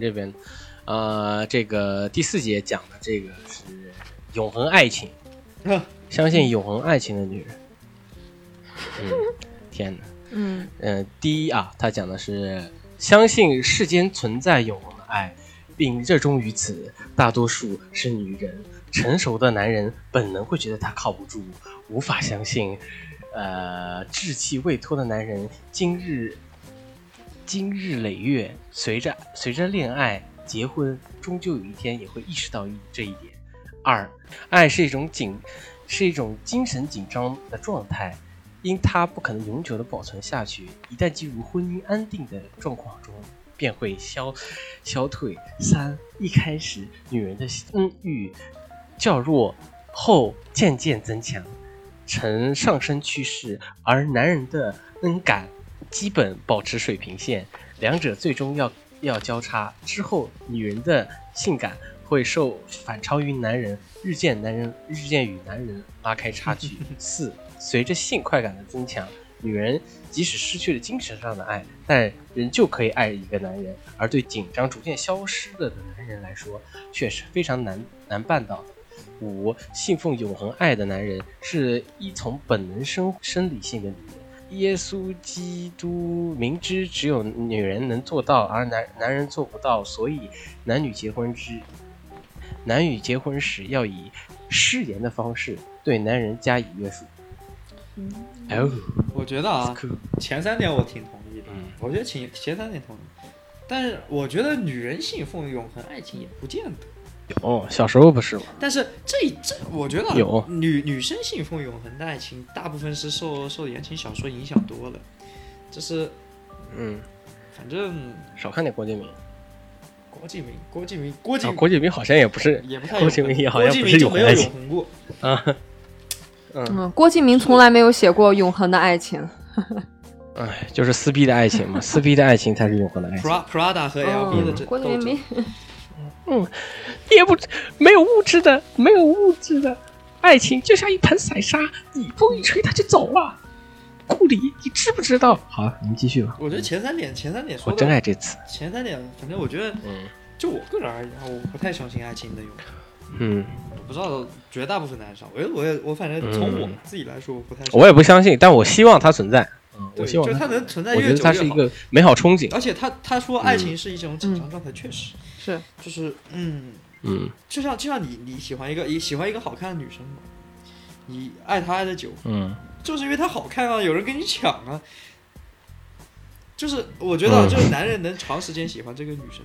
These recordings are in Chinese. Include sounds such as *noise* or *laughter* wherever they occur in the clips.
这边，呃，这个第四节讲的这个是永恒爱情，啊相信永恒爱情的女人。嗯，天哪！嗯嗯，第一啊，他讲的是相信世间存在永恒的爱，并热衷于此。大多数是女人，成熟的男人本能会觉得他靠不住，无法相信。呃，稚气未脱的男人，今日今日累月，随着随着恋爱、结婚，终究有一天也会意识到一这一点。二，爱是一种紧，是一种精神紧张的状态，因它不可能永久的保存下去，一旦进入婚姻安定的状况中，便会消消退。三，一开始女人的性欲较弱，后渐渐增强，呈上升趋势，而男人的恩感基本保持水平线，两者最终要要交叉。之后，女人的性感会受反超于男人，日渐男人日渐与男人拉开差距。四，随着性快感的增强，女人即使失去了精神上的爱，但仍旧可以爱一个男人。而对紧张逐渐消失了的男人来说，却是非常难难办到的。五，信奉永恒爱的男人是依从本能生生理性的女人。耶稣基督明知只有女人能做到，而男男人做不到，所以男女结婚之男女结婚时要以誓言的方式对男人加以约束。嗯哦，我觉得啊，前三点我挺同意的，嗯我觉得前前三点同意，但是我觉得女人信奉永恒爱情也不见得。有哦小时候不是吗？但是这这，我觉得啊有女女生信奉永恒的爱情，大部分是受受言情小说影响多了。就是嗯，反正少看点郭敬明。郭敬明，郭敬明，郭敬啊，郭敬明好像也不是也不太郭敬明也好像郭敬不明是就有没关有爱永情恒过。啊。嗯，嗯，郭敬明从来没有写过永恒的爱情。哎，就是撕逼的爱情嘛，撕逼的爱情才是永恒的爱情。 Pra- Prada 和 LV 的这嗯郭斗敬争明，也不没有物质的，没有物质的爱情就像一盘散沙，你风一吹它就走了。库里，你知不知道？好，您继续吧。我觉得前三点，前三点说我真的，爱这次。前三点，反正我觉得，嗯就我个人而言啊，我不太相信爱情的永恒。嗯，我不知道绝大部分男生，我我也我反正从我自己来说，我不太相信。我也不相信，但我希望它存在。嗯，对我希望就它它，能存在我觉越得久它是越一好。个嗯美好憧憬。而且他他说爱情是一种紧张状态，确实是就是嗯，嗯就像就像你你喜欢一个你喜欢一个好看的女生嘛，你爱她爱的久，嗯就是因为她好看啊，有人跟你抢啊。就是我觉得，嗯就是男人能长时间喜欢这个女生，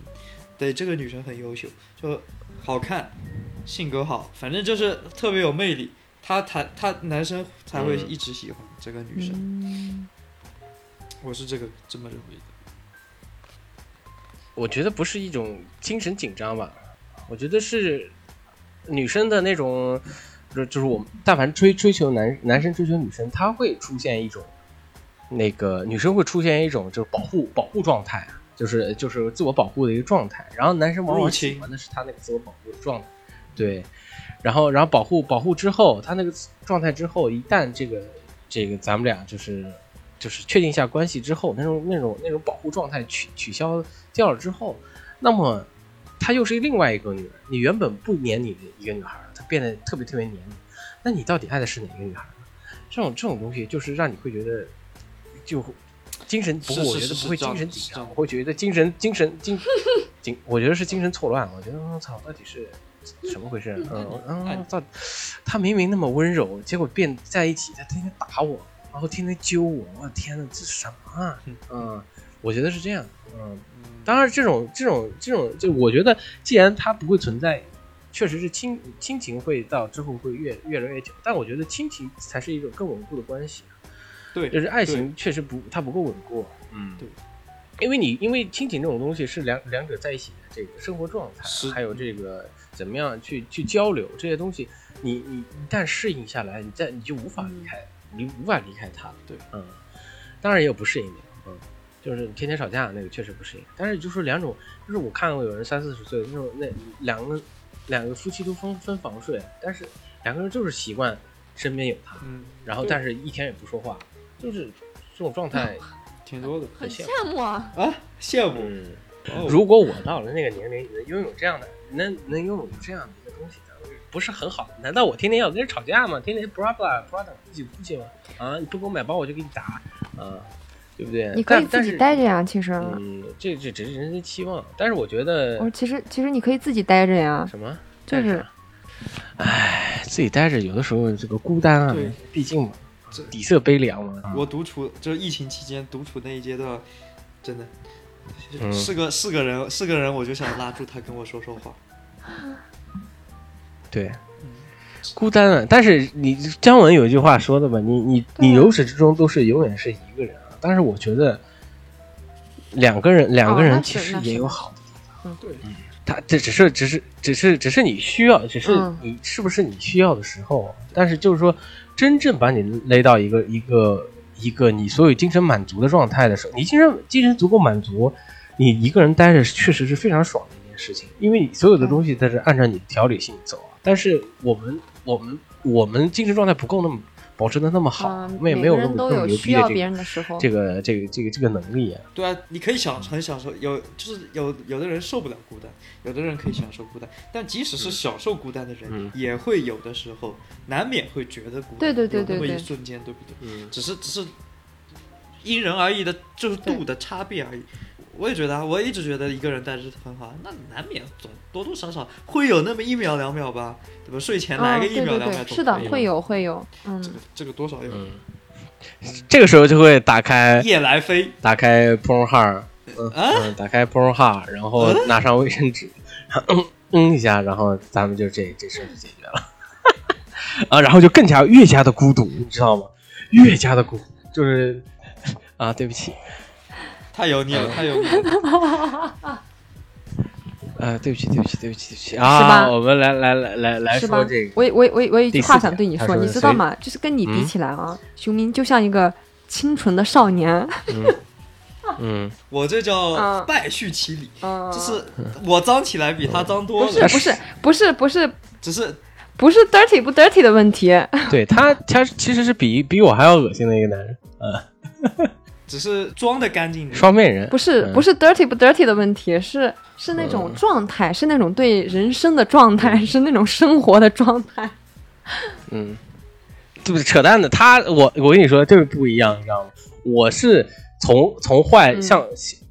对这个女生很优秀，就好看，性格好，反正就是特别有魅力，他才他男生才会嗯一直喜欢这个女生。嗯我是这个这么认为的。我觉得不是一种精神紧张吧，我觉得是女生的那种，就就是我们但凡追追求男男生追求女生，他会出现一种那个女生会出现一种就是保护保护状态，啊就是就是自我保护的一个状态，然后男生往入往侵喜欢的是他那个自我保护的状态，对，然后然后保护保护之后，他那个状态之后，一旦这个这个咱们俩就是就是确定下关系之后，那种那种那种保护状态取取消掉了之后，那么她又是另外一个女人，你原本不黏你的一个女孩，她变得特别特别黏你，那你到底爱的是哪个女孩呢？这种这种东西就是让你会觉得就精神不是会，我是觉得是不会是这样精神的紧是这张，样我的会觉得精神精神精精，我觉得是精神错乱，我觉得我操，到底是。什么回事？嗯哎嗯，到底他明明那么温柔，结果变在一起，他天天打我，然后天天揪我，我的天呐，这什么啊？嗯，我觉得是这样。嗯，嗯当然这种这种这种，就我觉得，既然它不会存在，确实是亲亲情会到之后会越越来越久，但我觉得亲情才是一种更稳固的关系，啊对，就是爱对情确实不它不够稳固。嗯对。因为你因为亲情这种东西是两两者在一起的这个生活状态啊是，还有这个怎么样去去交流这些东西，你你一旦适应下来，你再你就无法离开，你无法离开它。对，嗯，当然也有不适应的，嗯，就是天天吵架那个确实不适应。但是就说两种，就是我看过有人三四十岁那种，那两个两个夫妻都分分房睡，但是两个人就是习惯身边有他，嗯，然后对但是一天也不说话，就是这种状态挺多的很羡慕啊！啊，羡慕。嗯，哦如果我到了那个年龄，能拥有这样的，能能拥有这样的一个东西，难道不是很好？难道我天天要跟人吵架吗？天天 blah blah blah 自己出去吗？啊，你不给我买包，我就给你打啊，对不对？你可以但但自己是待着呀，其实，嗯，这这只是人的期望，但是我觉得我说其实其实你可以自己待着呀，什么就干是啥哎，自己待着有的时候这个孤单啊对，毕竟这底色悲凉嘛。啊我独处就是疫情期间独处那一阶段，真的嗯是个是个人是个人，我就想拉住他跟我说说话。对，孤单啊。但是你姜文有一句话说的吧，你啊你你由始至终都是永远是一个人啊。但是我觉得两个人两个哦人那其是实那也是嗯有好的。嗯对，他这只是只是只是只是你需要，只是嗯你是不是你需要的时候。但是就是说，真正把你勒到一个一个一个你所有精神满足的状态的时候，你精神精神足够满足，你一个人待着确实是非常爽的一件事情，因为你所有的东西在这按照你的条理性走嗯啊。但是我们我们我们精神状态不够那么保持的那么好，嗯，我们也每没有个那人么都那么有牛需逼的要这个别人的时候，这个这个这个这个能力啊。对啊，你可以享很享受，有就是有有的人受不了孤单，有的人可以享受孤单，但即使是享受孤单的人，嗯也会有的时候难免会觉得孤单，对对对对有那么对一瞬间，对不对？嗯，只是只是因人而异的，就是度的差别而已。我也觉得啊，我一直觉得一个人待着很好，那难免总多多少少会有那么一秒两秒吧，对吧？睡前来啊，个对一秒对两秒总对，可以吧，是的，会有会有，嗯这，个这个多少有。嗯这个时候就会打开夜来飞，打开 Porn 号，嗯啊嗯，打开 Porn 号，然后拿上卫生纸， *coughs* 嗯嗯一下，然后咱们就这这事儿就解决了。 *laughs* 啊，然后就更加越加的孤独，你知道吗？越加的孤独，就是啊，对不起，太油腻嗯了，太油腻 *laughs* 了。呃，对不起，对不起，对不起，对不起是啊！吧我们来来来来来是说吧这？个，我也我也我也我有一第句四话想点对你他说，说你的知道谁吗？就是跟你比嗯起来啊，熊明就像一个清纯的少年，嗯，我这叫嗯败絮其里，嗯，就是我脏起来比他脏多不了，是不是不是不是只是不是 dirty 不 dirty 的问题，对他，他其实是比比我还要恶心的一个男人，只是装的干净点。双面人，不是嗯不是 dirty 不 dirty 的问题，是是那种状态，是那种对人生的状态，是那种生活的状态。嗯，对不对？扯淡的，他我我跟你说，这个不一样，你知道吗？我是从从坏嗯向、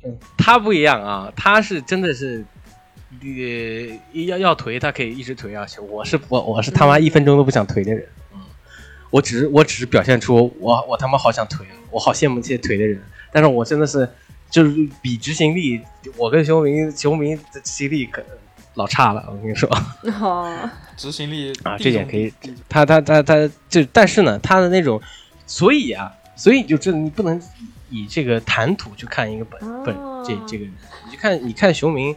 嗯他不一样啊，他是真的是，呃，要要颓他可以一直颓下去，我是我我是他妈一分钟都不想颓的人，嗯，我只是我只是表现出我我他妈好想颓，我好羡慕这些颓的人，但是我真的是就是比执行力，我跟熊明熊明的执行力可老差了，我跟你说。 *laughs* 哦，执行力啊地这点中可以地中他他他他就，但是呢，他的那种，所以啊，所以就这你不能以这个谈吐去看一个本本这这个人，你就看你看熊明，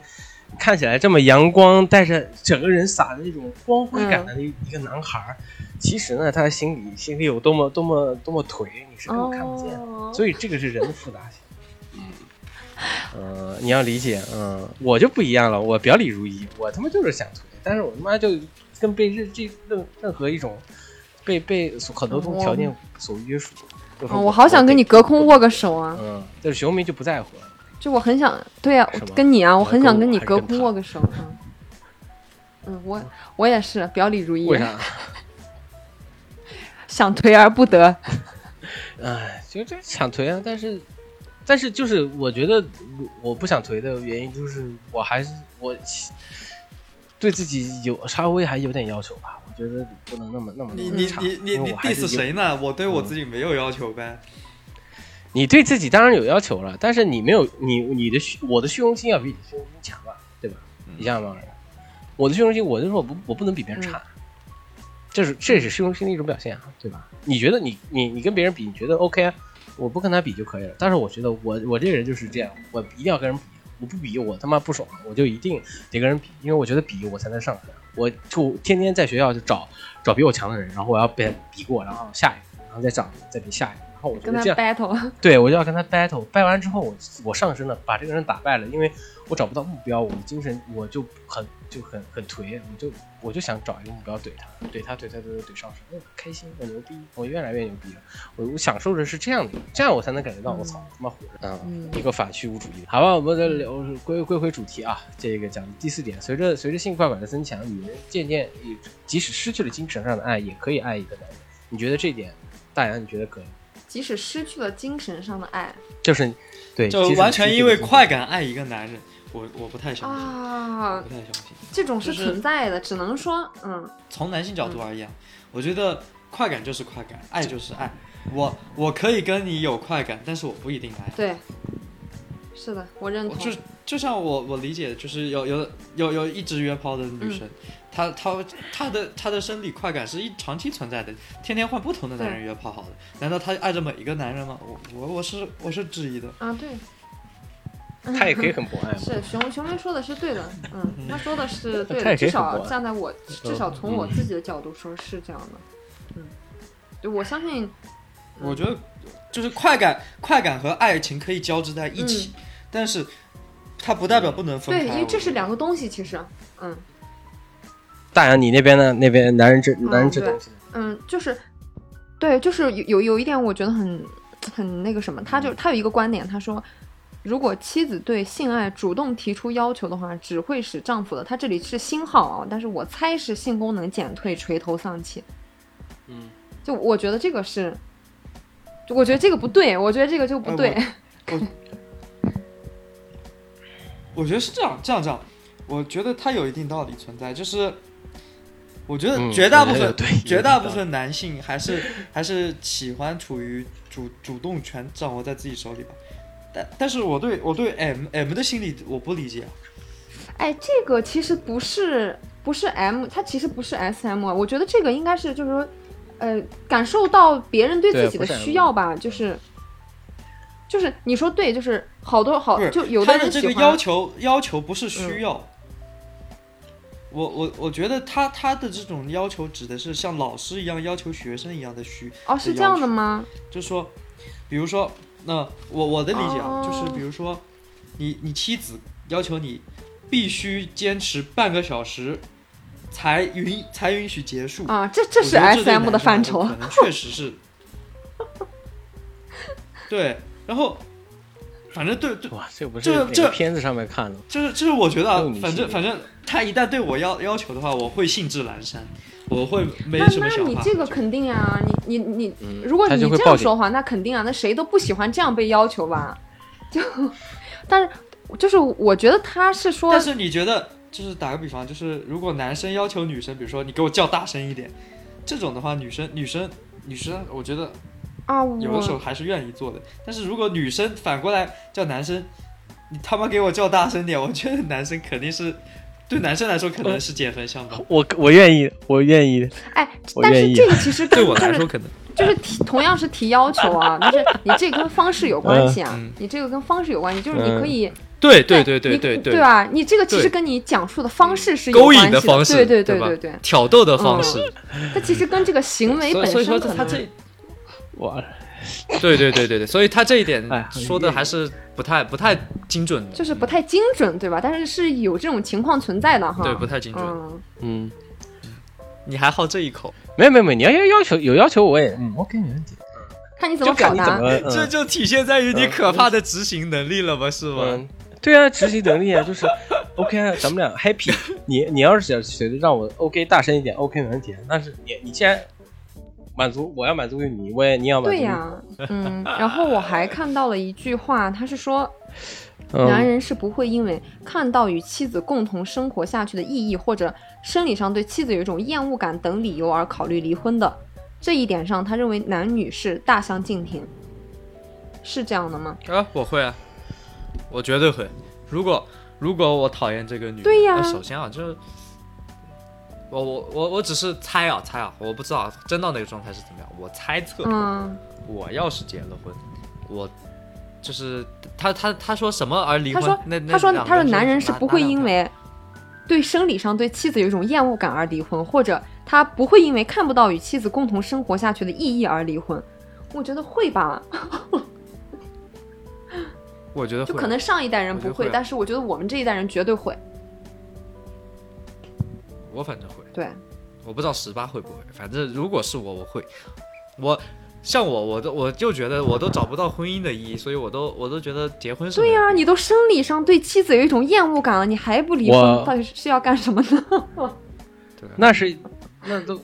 看起来这么阳光，带着整个人洒的那种光辉感的一一个男孩儿，其实呢，他心里心里有多么多么多么颓，你是根本看不见的。哦所以这个是人的复杂 *laughs* 性。嗯，呃，你要理解，嗯、我就不一样了，我表里如一，我他妈就是想推，但是我他妈就跟被任这任任何一种被被所很多种条件所约束。就是嗯嗯我好想跟你隔空握个手啊！嗯，但是熊迷就不在乎了。就我很想，对呀、嗯是吗我跟你啊，我很想跟跟你还是隔跟空他握个手。嗯，嗯我我也是表里如一为，啥？ *laughs* 想颓而不得。哎，就这想颓啊，但是，但是就是我觉得我我不想颓的原因就是我还是我对自己有稍微还有点要求吧，我觉得不能那么那么你那你么差你你因为你我还是 diss 有谁呢？我对我自己没有要求呗。你对自己当然有要求了，但是你没有你你的虚我的虚荣心要比你的虚荣心强吧，对吧？你想想嘛，我的虚荣心，我就说我不我不能比别人差，嗯这是这也是虚荣心的一种表现啊，对吧？你觉得你你你跟别人比，你觉得 OK，啊我不跟他比就可以了。但是我觉得我我这个人就是这样，我一定要跟人比，我不比我他妈不爽，我就一定得跟人比，因为我觉得比我才能上来。我就天天在学校就找找比我强的人，然后我要被比过，然后下一个，然后再涨，再比下一个。然后我觉跟得他这样， battle，对我就要跟他 battle。battle 完之后我，我上身了，把这个人打败了，因为我找不到目标，我精神我就很就很很颓，我就我就想找一个目标怼他，怼他怼他怼他怼上身，我开心，我牛逼，我越来越牛逼了，我我享受的是这样的，这样我才能感觉到我操他妈活着啊！嗯一个反虚无主义。好吧，我们再聊归归回主题啊，这个讲第四点，随着随着性快感的增强，女人渐渐也即使失去了精神上的爱，也可以爱一个男人。你觉得这点，大洋你觉得可以吗？即使失去了精神上的爱就是嗯对，就即使完全失去因了为精神快感爱一个男人，我我不太相信，我啊不，太相信。这种是就是存在的，只能说，嗯，从男性角度而言，我觉得快感就是快感，爱就是爱。我我可以跟你有快感，但是我不一定爱。对，是的，我认我同就。就像我我理解，就是有有有有一直约炮的女生，嗯她她她的她的生理快感是一长期存在的，天天换不同的男人约炮，好的，难道她爱着每一个男人吗？我我我是我是质疑的。啊，对，嗯他也可以很不爱嘛。是熊熊妹说的是对的，嗯，她说的是对他的，也可以至很啊嗯少不爱站在我，至少从我自己的角度说是这样的，嗯，对，我相信，嗯我觉得就是快感快感和爱情可以交织在一起，但是它不代表不能分开。嗯对，因为这是两个个东西，其实，嗯大洋，你那边呢？那边男人这男人这对东西呢，嗯，就是，对，就是有有有一点，我觉得很很那个什么，他就他有一个观点，他说。如果妻子对性爱主动提出要求的话，只会使丈夫的他这里是星号啊，但是我猜是性功能减退、垂头丧气。嗯，就我觉得这个是，就我觉得这个不对，我觉得这个就不对。我觉得是这样，这样这样，我觉得它有一定道理存在，就是我觉得嗯绝大部我觉分、得对 *laughs* 绝大部分男性还是还是喜欢处于主主动权掌握在自己手里吧。但但是我对我对 M M 的心理我不理解，啊哎，这个其实不是不是 M，它其实不是 S M，啊我觉得这个应该是就是说，呃，感受到别人对对自己的不是 M 需要吧，就是就是你说对，就是好多好不是哦就有他人的这喜个欢嗯要求要求不是需要。我我我觉得他他的这种要求指的是像老师一样要求学生一样的需，哦，是这样的吗？就是说，比如说，那、我我的理解啊，哦就是比如说，你你妻子要求你必须坚持半个小时，才允才允许结束。啊，这这我是觉得对 S M 的男生来范说畴可能确 *laughs* 实是。对，然后，反正对对，哇，这不是这哪这个片子上面看的吗？就是就是我觉得啊用你，反心正里反正他一旦对我要要求的话，我会兴致阑珊，我会没那什么那想你法。这个肯定啊，你你你，嗯如果他你就会这报样警说的话，那肯定啊，那谁都不喜欢这样被要求吧？ *laughs* 就，但是就是我觉得他是说但是你觉得，就是打个比方，就是如果男生要求女生，比如说你给我叫大声一点，这种的话，女生女生女生，我觉得啊，我有的时候还是愿意做的。但是如果女生反过来叫男生，你他妈给我叫大声点，我觉得男生肯定是。对男生来说可能是减分 *laughs* 项吧，我我愿意，我愿意。哎，我但愿是意啊这个其实跟对我就来是说可能就是提同样是提要求啊，就是你这跟方式有关系啊，嗯嗯你这个跟方式有关系，就是嗯你可以、对你对啊吧？你这个其实对跟你讲述的方式是有勾引关系的方式对对对对吧对，嗯挑逗的方式，它其实跟这个行为所本以所以身说可他能这哇，对对对对对，所以他这一点哎说的还是不太不太精准的，就是不太精准，对吧？但是是有这种情况存在的哈。对不太精准。嗯，嗯，你还好这一口，没有没有没有，你要有要求有要求我也嗯 OK 没问题，看你怎就么表看你怎达么。嗯这就体现在于你可怕的执行能力了吧？是吧？嗯，对啊，执行能力啊，就是 OK 啊，咱们俩 happy 你。你要是想觉得让我 OK 大声一点，OK 没问题。啊但是你你既然满足，我要满足于你，我也你也要满足对于我。呀、嗯，然后我还看到了一句话，他是说，嗯男人是不会因为看到与妻子共同生活下去的意义，或者生理上对妻子有一种厌恶感等理由而考虑离婚的。这一点上，他认为男女是大相径庭，是这样的吗？啊，我会啊，我绝对会。如果如果我讨厌这个女人，对呀那首先啊，就是我我我我只是猜啊猜啊，我不知道真到那个状态是怎么样，我猜测。嗯，我要是结了婚，我就是他他他说什么而离他婚？说那那他说两个他说是男人哪是不会因哪两为条对生理上对妻子有一种厌恶感而离婚，或者他不会因为看不到与妻子共同生活下去的意义而离婚。我觉得会吧，我觉得就会啊可能上一代人不我觉得会会，但是我觉得我们这一代人绝对会。我反正会，对，我不知道十八会不会，反正如果是我，我会。我像我，我都我就觉得我都找不到婚姻的意义，所以我都我都觉得结婚是对呀、你都生理上对妻子有一种厌恶感了，你还不离我婚，到底是要干什么呢？对吧那是那都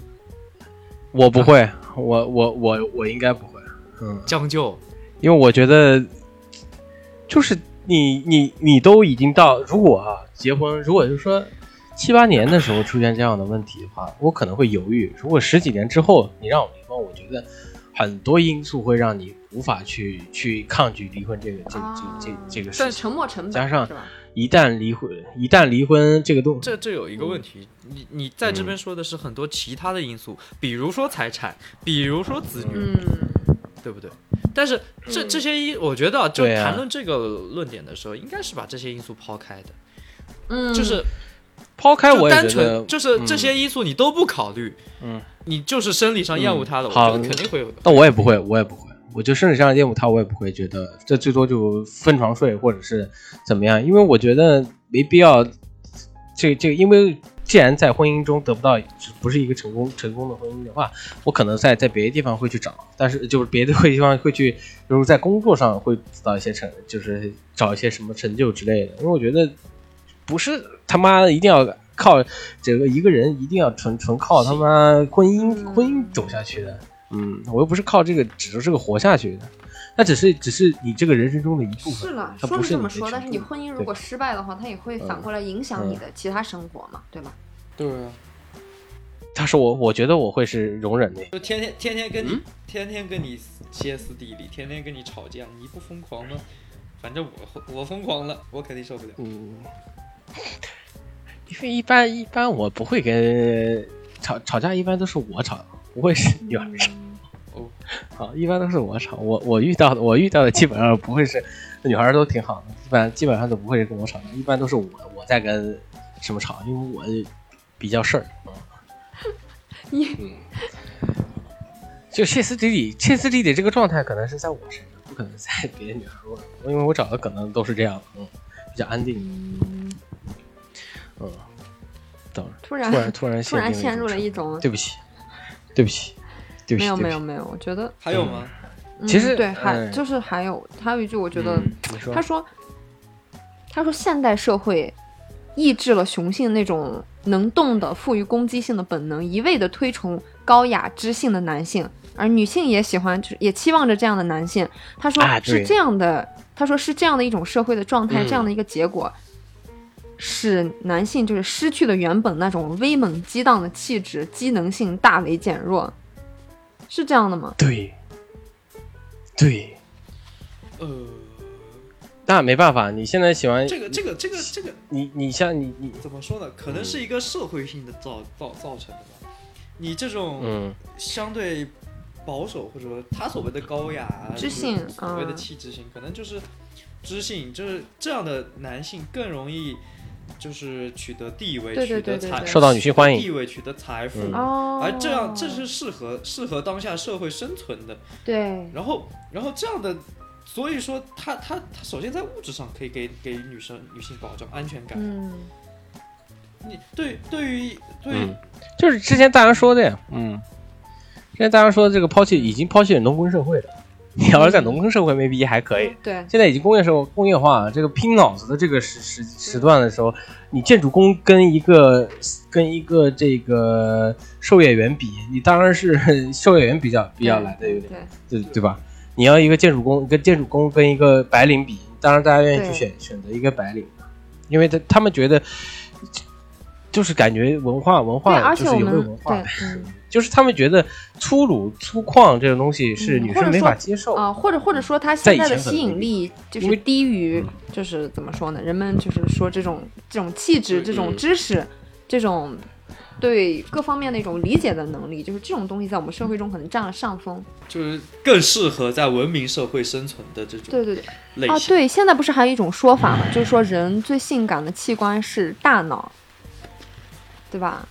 我不会，我我我我应该不会，嗯，将就，因为我觉得就是你你你都已经到，如果啊结婚，如果就是说七八年的时候出现这样的问题的话，我可能会犹豫。如果十几年之后你让我离婚，我觉得很多因素会让你无法去 *laughs* 去抗拒离婚这个 *laughs* 这个这个这个这个事啊但情。沉没成本加上是吧？一旦离婚，一旦离婚这个东这这有一个问题，你你在这边说的是很多其他的因素，比如说财产，比如说子女，嗯，对不对？但是这嗯这些因，我觉得啊就对啊谈论这个论点的时候，应该是把这些因素抛开的，嗯，就是抛开就我单也觉纯得，就是这嗯些因素你都不考虑，嗯，你就是生理上厌恶他嗯了，我觉得好肯定会有的。那我也不会，我也不会，我就甚至像厌恶他，我也不会觉得这最多就分床睡或者是怎么样，因为我觉得没必要。这个这个，因为既然在婚姻中得不到不是一个成功成功的婚姻的话，我可能在在别的地方会去找，但是就是别的会地方会去，比如在工作上会得到一些成，就是找一些什么成就之类的，因为我觉得不是他妈的一定要靠这个一个人一定要纯纯靠他妈婚姻婚姻走下去的。嗯，我又不是靠这个，只是这个活下去的，那只是只是你这个人生中的一部分。是了，它说不是是这么你的说，全但是你部婚姻如对果失败的话，它也会反过来影响你嗯的其他生活嘛，对吧？对啊，他说我，我觉得我会是容忍的。就天天天天跟你、嗯天天跟你歇斯底里，天天跟你吵架，你不疯狂吗？反正我我疯狂了，我肯定受不了。嗯，因为一般一般我不会跟吵吵架，一般都是我吵，不会是女嗯孩吵。哦，好，啊一般都是我吵。我我遇到的我遇到的基本上不会是女孩都挺好的，一般基本上都不会是跟我吵架，一般都是我我在跟什么吵，因为我比较事儿。啊 *laughs* 你嗯，就歇斯底里，歇斯底里这个状态可能是在我身上，不可能在别的女孩儿上，因为我找的可能都是这样，嗯，比较安定，嗯。等会儿突突然然突然突然陷入了一一种对不起，对不起，对不没起，有对不没有起。没有，我觉得还有吗？嗯其实对还哎就是还有还有一句，我觉得嗯你说他说他说现代社会抑制了雄性那种能动的、富于攻击性的本能，一味的推崇高雅知性的男性，而女性也喜欢，就是也期望着这样的男性。他说啊对是这样的，他说是这样的一种社会的状态，嗯这样的一个结果。使男性就是失去了原本那种威猛激荡的气质，机能性大为减弱，是这样的吗？对，对，嗯呃，那没办法，你现在喜欢这个这个这个这个哎你你像你你怎么说呢？可能是一个社会性的造造造成的吧。你这种嗯，相对保守或者说他所谓的高雅啊、知性就是所谓的嗯气质性，可能就是知性，就是这样的男性更容易就是取得地位、对对对取对得财对受到女性欢迎取得地位取得财富。嗯哦，而啊这样，这是适合适合当下社会生存的。对，然后，然后这样的，所以说他他他首先在物质上可以给给女生女性保障安全感。嗯，你对对于对于嗯就是之前大家说的呀，嗯，之前大家说这个抛弃已经抛弃了农耕社会了，嗯你要是在农耕社会 maybe 还可以，对，现在已经工业时候工业化，这个拼脑子的这个时时时段的时候，你建筑工跟一个跟一个这个售业员比，你当然是售业员比较比较来的有点对，对对吧？你要一个建筑工，跟建筑工跟一个白领比，当然大家愿意去选选择一个白领，因为他他们觉得就是感觉文化文对，化而就且是我有没有们文化对，，嗯就是他们觉得粗鲁粗犷这种东西是嗯女或生者没说法接受。啊，或者或者说他在现以在的前可吸能引力就因为是低于嗯，就是怎么说呢？人们就是说这种这种气质、这嗯种知识、这种对各方面的一种理解的能力，就是这种东西在我们社会中可能占了上风。就是更适合在文明社会生存的这种对对对，类啊，型。对，现在不是还有一种说法嘛，就是说人最 *laughs* 性感的器官是大脑，对吧？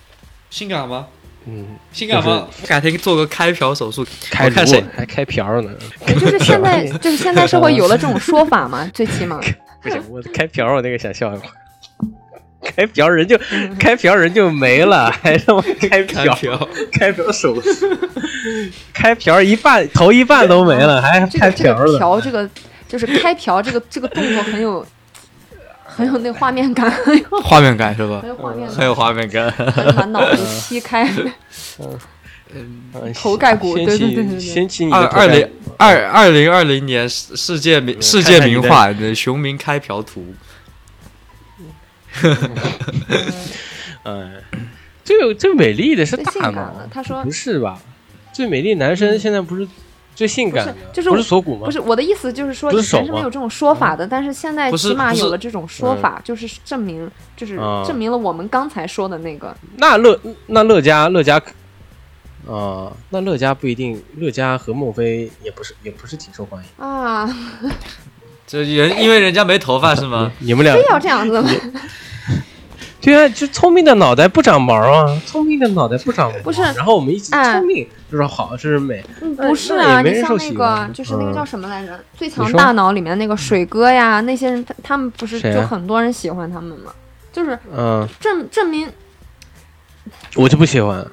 性感吗？嗯，性感吗？改天做个开瓢手术，开啊我看颅谁还开瓢呢，就是现在，就是现在社会有了这种说法嘛，最起码， *laughs* 不行，我开瓢我那个想笑一会儿。开瓢人就嗯开瓢人就没了，还让我开开瓢瓢。 *laughs* 开瓢手术， *laughs* 开瓢一半头一半都没了，还这开个这瓢个了。瓢这个就是开瓢这个这个动作很有很有那画面感， *laughs* 很有画面感是吧很？有画面很感，有画面感。把把脑袋劈开， *laughs* 嗯头盖骨掀对对起对对对掀起你的二头二盖零骨二二零二零年世世界名世界名画《熊民开瓢图嗯，最有最美丽的是最性大感脑了。，他说不是吧？最美丽男生现在不是最性感的不，是就是不我是锁骨吗不？是我的意思，就是说不以是手前是没吗嗯有这种说法的，但是现在不是起码不是有了这种说法，就是证明，就是啊证明了我们刚才说的那个，那乐那乐嘉乐嘉，啊、那乐嘉不一定，乐嘉和孟非也不是也不是挺受欢迎。啊，》，这人因为人家没头发是吗？你们俩非要这样子吗？对啊，就聪明的脑袋不长毛啊，聪明的脑袋不长毛。啊不是然后我们一起哎聪明，就说好，这是美。 *laughs* 嗯呃不是那啊，也没你人像受那喜个欢就是那个叫嗯什么来着，最你强说大脑》里面那个水哥呀，那些人他他们不是谁就啊很多人喜欢他们吗？就是嗯、证证明我就不喜欢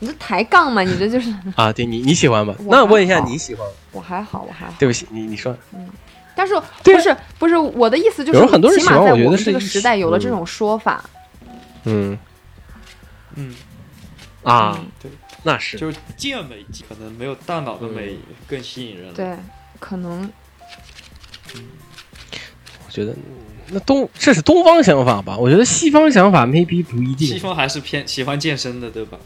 你这抬杠嘛，你 *laughs* 这就是啊。对你你喜欢吧？我那还问一下好你喜欢吗？我还好，我还好。对不起，你你说但是对不是不是我的意思就有是，人很多人起喜码欢在我觉得我们是这个一时代有了嗯这种说法，嗯嗯，啊，对，那是就是健美可能没有大脑的美更吸引人。，对，可能我觉得那东这是东方想法吧？我觉得西方想法 maybe 不一定西。方还是偏喜欢健身的，对吧？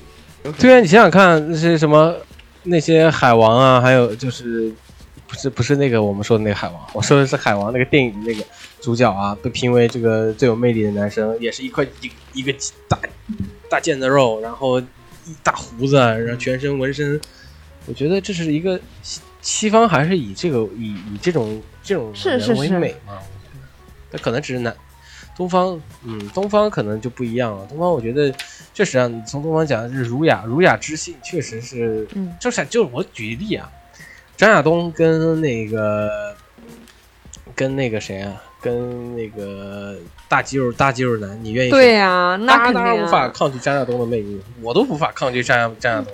对啊，你想想看，那些什么那些海王啊，还有就是不是不是那个我们说的那个海王，我说的是海王那个电影的那个主角啊，被评为这个最有魅力的男生，也是一块一一个大大腱子肉，然后一大胡子，然后全身纹身。我觉得这是一个西西方还是以这个以以这种这种是是人为是美嘛？我觉得那可能只是男东方，嗯，东方可能就不一样了。东方我觉得确实啊，你从东方讲是儒雅，儒雅之性确实是，嗯就是就是我举例啊，张亚东跟那个跟那个谁啊，跟那个大肌肉大肌肉男，你愿意对呀、呀、那当然肯定当然无啊法抗拒张亚东的魅力，我都无法抗拒张亚张亚东，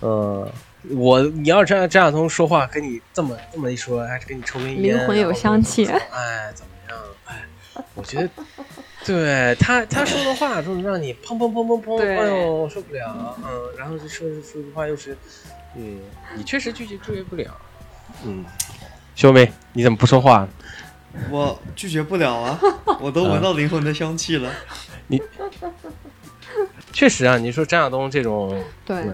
嗯。我你要张张亚东说话跟你这么这么一说，还是跟你抽根烟，灵魂有然后香气怎么怎么哎，怎么样？哎，我觉得对他，他说的话就是让你砰砰砰砰砰，对哎呦受不了，嗯，然后就说说句话又是，嗯，你确实拒绝拒绝不了，嗯，兄妹，你怎么不说话？我拒绝不了啊，我都闻到灵魂的香气了。确实啊，你说张亚东这种对对，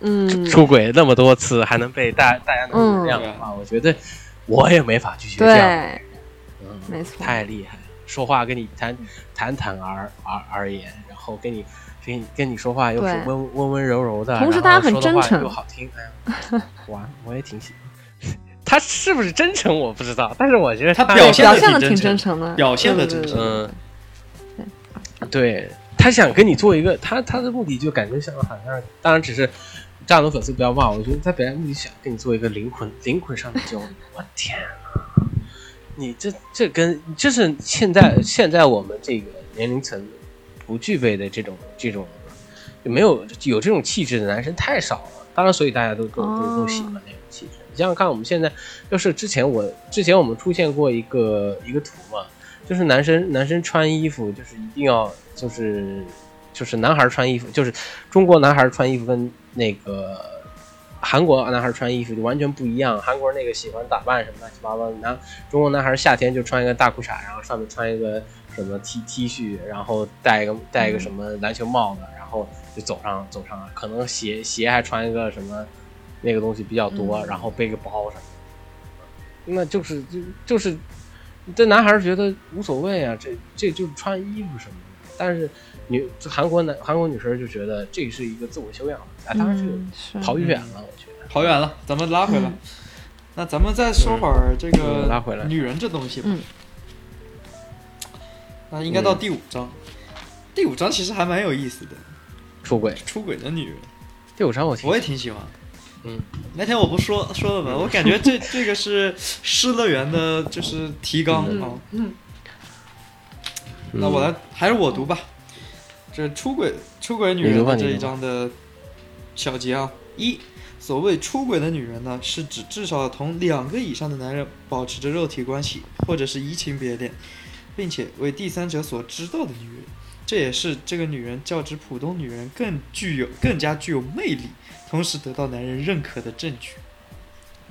嗯，出轨那么多次，还能被大大家能原谅的话，我觉得我也没法拒绝这样，对，嗯没错，太厉害了，说话跟你谈侃侃而而而言，然后跟你跟你跟你说话又是对温温温柔柔的，同时然后他很说的话真诚又好听，哎呀， *laughs* 哇，我也挺喜欢。 *laughs* 他是不是真诚我不知道，但是我觉得他他表现表得现的挺挺真真诚的，表现得真对对对嗯，对他想跟你做一个，他他的目的就感觉像好像，当然只是这样的粉丝不要骂我，我觉得他本来目的想跟你做一个灵魂灵魂上的交流。我天啊呐，你这这跟这是现在现在我们这个年龄层不具备的这种这种没有有这种气质的男生太少了。当然，所以大家都都都都喜欢那种气质。你想想看，我们现在就是之前我之前我们出现过一个一个图嘛，就是男生男生穿衣服就是一定要就是就是男孩穿衣服，就是中国男孩穿衣服跟那个韩国男孩穿衣服就完全不一样。韩国那个喜欢打扮什么乱七八糟的，男中国男孩夏天就穿一个大裤衩，然后上面穿一个什么 T T 恤，然后戴一个戴一个什么篮球帽子，然后就走上走上了，可能鞋鞋还穿一个什么那个东西比较多，嗯然后背个包什么的，那就是就就是。这男孩觉得无所谓啊，这这就是穿衣服什么的。但是女这韩国男韩国女生就觉得这是一个自我修养啊，当然是嗯是跑远了，我觉得。跑远了，咱们拉回来。那咱们再说会儿这个嗯拉回来女人这东西吧。嗯那应该到第五章，第五章其实还蛮有意思的。出轨。出轨的女人，第五章我挺我也挺喜欢。嗯，那天我不说说了吗？我感觉这这个是失乐园的，就是提纲啊、嗯嗯，那我来，还是我读吧。这出轨出轨女你人读吧的你这一读吧章的小结啊，一，所谓出轨的女人呢，是指至少同两个以上的男人保持着肉体关系，或者是移情别恋，并且为第三者所知道的女人。这也是这个女人较之普通女人更具有更加具有魅力，同时得到男人认可的证据。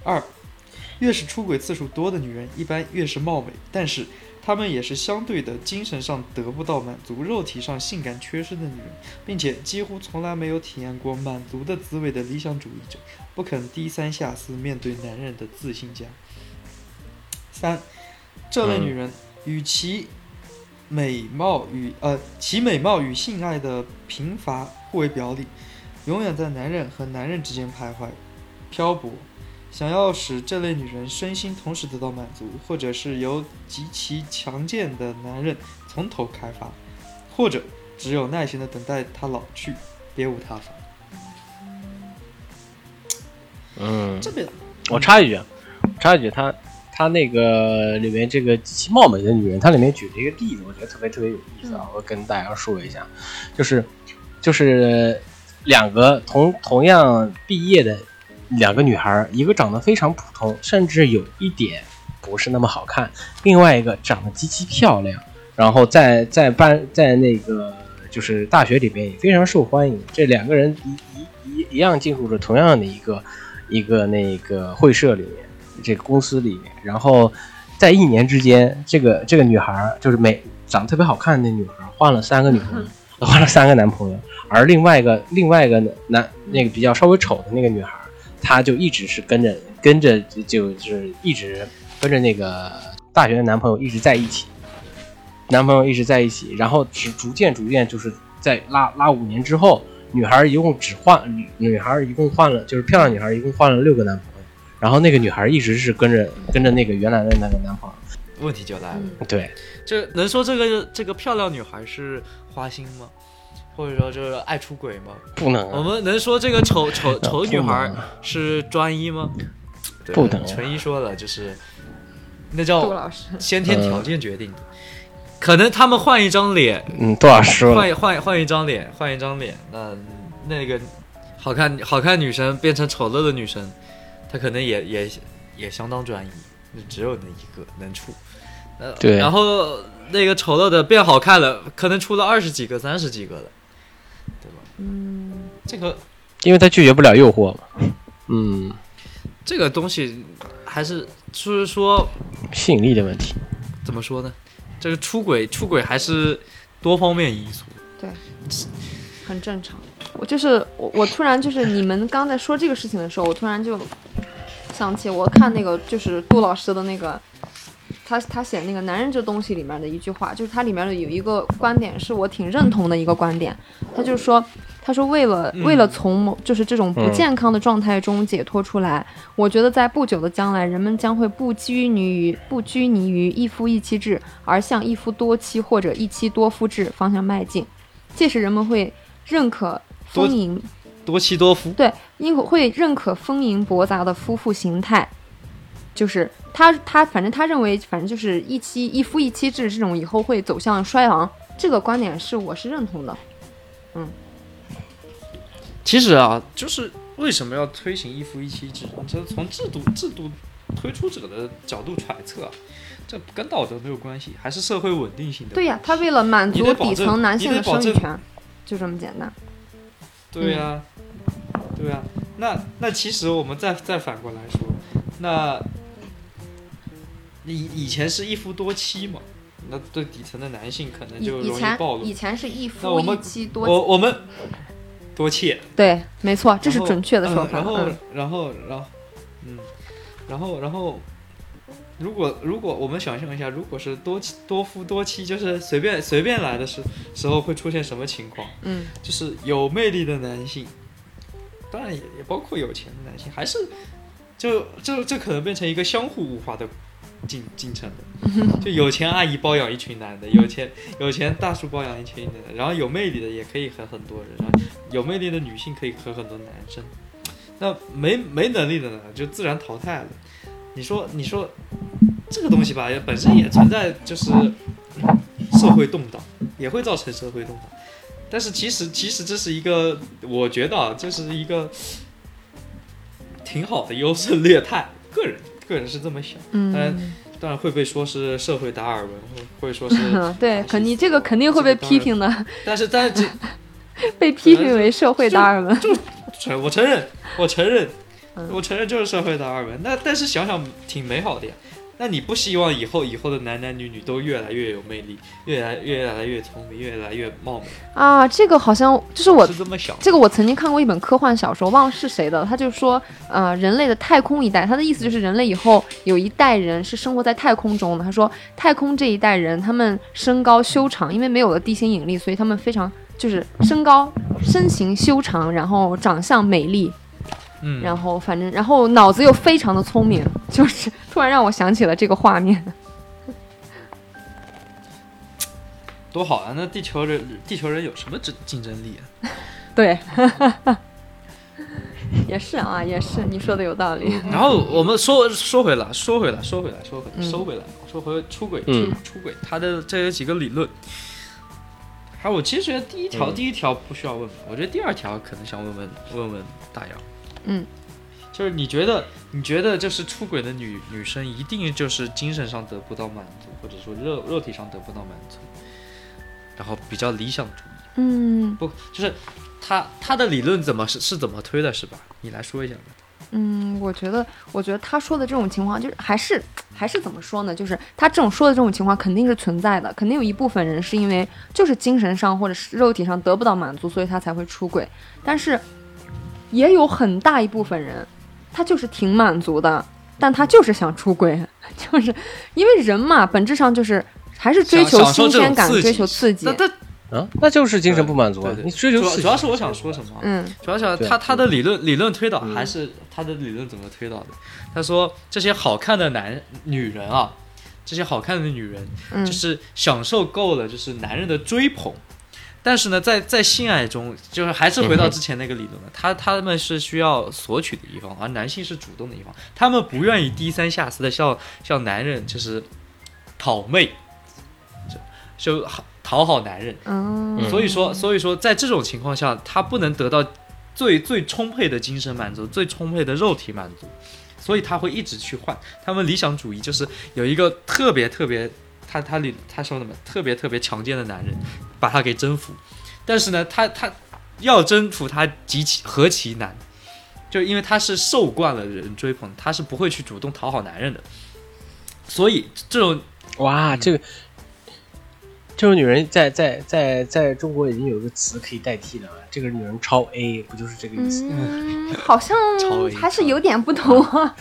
二，越是出轨次数多的女人，一般越是貌美，但是她们也是相对的精神上得不到满足、肉体上性感缺失的女人，并且几乎从来没有体验过满足的滋味的理想主义者，不肯低三下四面对男人的自信家。三，这类女人与其美貌与呃其美貌与性爱的贫乏互为表里，永远在男人和男人之间徘徊、漂泊。想要使这类女人身心同时得到满足，或者是由极其强健的男人从头开发，或者只有耐心的等待他老去，别无他法。嗯，这边我插一句，啊插一句，他他那个里面这个极其貌美的女人，它里面举了一个例子，我觉得特别特别有意思啊，我跟大家说一下，就是就是两个同同样毕业的两个女孩儿，一个长得非常普通，甚至有一点不是那么好看，另外一个长得极其漂亮，然后在在班在那个就是大学里面也非常受欢迎，这两个人一一一一样进入了同样的一个一个那个会社里面，这个公司里面，然后在一年之间，这个这个女孩儿就是美长得特别好看的那女孩儿，换了三个女朋友，换了三个男朋友，而另外一个另外一个男那个比较稍微丑的那个女孩儿，她就一直是跟着跟着就就是一直跟着那个大学的男朋友一直在一起，男朋友一直在一起，然后只逐渐逐渐就是在拉拉五年之后，女孩儿一共只换女女孩儿一共换了就是漂亮女孩儿一共换了六个男朋友，然后那个女孩儿一直是跟 *laughs* 着跟着那个原来的那个男朋友，问题就来嗯了，嗯对，这能说这个这个漂亮女孩是花心吗？或者说就是爱出轨吗？不能我啊，们能说这个丑 *laughs* 丑丑女不孩能是专一吗？对不能纯一说了，就是那杜叫老师，先天条件决定的。可能他们换一张脸，嗯，多少说了，换换换一张脸，换一张脸，那那个好看好看女生变成丑陋的女生，她可能也也也相当专一，就只有那一个能处。呃，对然后那个丑陋的变好看了，可能出了二十几个、三十几个了，对吧？嗯，这个因为她拒绝不了诱惑嘛，嗯，这个东西还是就是说吸引力的问题，怎么说呢？这个出轨出轨还是多方面因素。很正常。我就是我，我突然就是你们刚在说这个事情的时候，我突然就想起我看那个就是杜老师的那个，他他写那个《男人这东西》里面的一句话，就是它里面的有一个观点是我挺认同的一个观点，他就说。他说：“为了为了从某就是这种不嗯健康的状态中解脱出来，我觉得在不久的将来，人们将会不拘泥于不拘泥于一夫一妻制，而向一夫多妻或者一妻多夫制方向迈进。届时人们会认可丰盈，多妻多夫，对，因为会认可丰盈博杂的夫妇形态，就是他他反正他认为反正就是一妻一夫一妻制这种以后会走向衰亡，这个观点是我是认同的。其实啊，就是为什么要推行一夫一妻制？这从制度制度推出者的角度揣测啊，这跟道德没有关系，还是社会稳定性的。对呀、他为了满你足得保底证层男你性得的保生育证权，就这么简单。对呀、对呀、啊那那其实我们再再反过来说，那以以前是一夫多妻嘛，那对底层的男性可能以就以容易前暴露以。前是一那夫我们一妻多，我我们多妾，对，没错，这是然后准确的说嗯法。然后嗯，然后，然后，嗯，然后，然后，如果如果我们想象一下，如果是多妻多夫多妻，就是随便随便来的时时候会出现什么情况？嗯，就是有魅力的男性，当然也也包括有钱的男性，还是就就这可能变成一个相互物化的进进城的，就有钱阿姨包养一群男的，有钱有钱大叔包养一群的，然后有魅力的也可以和很多人，然后有魅力的女性可以和很多男生，那没没能力的呢，就自然淘汰了。你说你说这个东西吧，也本身也存在就是社会动荡，也会造成社会动荡。但是其实其实这是一个，我觉得啊，这是一个挺好的优胜劣汰。 *laughs* 个人个人是这么想，当 *laughs* 然嗯，当然会被说是社会达尔文，会会 *laughs* 说是，嗯对，肯你这个肯定会被批评的，但是但是这被批评为社会达尔文。承我承认，我承认嗯，我承认就是社会达尔文。那但是想想挺美好的呀。那你不希望以后以后的男男女女都越来越有魅力，越来越来越聪明，越来越貌美？啊，这个好像就是我是这么想。这个我曾经看过一本科幻小说，忘了是谁的，他就说，呃，人类的太空一代，他的意思就是人类以后有一代人是生活在太空中的。他说，太空这一代人，他们身高修长，因为没有了地心引力，所以他们非常就是身高、身形修长，然后长相美丽，嗯，然后反正然后脑子又非常的聪明，就是突然让我想起了这个画面。多好啊！那地球人，地球人有什么竞竞争力啊？对， *laughs* 也是啊，也是，你说的有道理。然后我们说说回来，说回来，说回来，说回来，嗯收回来，说回出轨，嗯出出轨，他的这有几个理论。还有，我其实觉得第一条，嗯第一条不需要问吧，我觉得第二条可能想问问问问大姚，嗯，就是你觉得你觉得就是出轨的女女生一定就是精神上得不到满足，或者说肉肉体上得不到满足，然后比较理想主义，嗯。不就是他他的理论怎么是是怎么推的，是吧？你来说一下吧。嗯，我觉得，我觉得他说的这种情况，就是还是还是怎么说呢？就是他这种说的这种情况肯定是存在的，肯定有一部分人是因为就是精神上或者是肉体上得不到满足，所以他才会出轨。但是也有很大一部分人，他就是挺满足的，但他就是想出轨， *laughs* 就是因为人嘛，本质上就是还是追想求享受新这种鲜感，刺追激求刺激那。他啊，那就是精神不满足啊对！对你追求主要刺主激要，是我想说什么啊？嗯主要想对他他的理论理论推导嗯还是他的理论怎么推导的？他说这些好看的男女人啊，这些好看的女人嗯，就是享受够了就是男人的追捧，但是呢，在在性爱中，就是还是回到之前那个理论了，他他们是需要索取的一方，而男性是主动的一方，他们不愿意低三下四的向向男人就是讨媚，就就讨好男人。嗯，所以说，所以说，在这种情况下，他不能得到最最充沛的精神满足，最充沛的肉体满足，所以他会一直去换。他们理想主义就是有一个特别特别，他他里他说什么特别特别强健的男人，把他给征服。但是呢，他他要征服他极其何其难，就因为他是受惯了人追捧，他是不会去主动讨好男人的。所以这种哇，这个这种女人在在在在中国已经有一个词可以代替了，啊这个女人超 A，不就是这个意思？嗯，好像超为还是有点不同啊。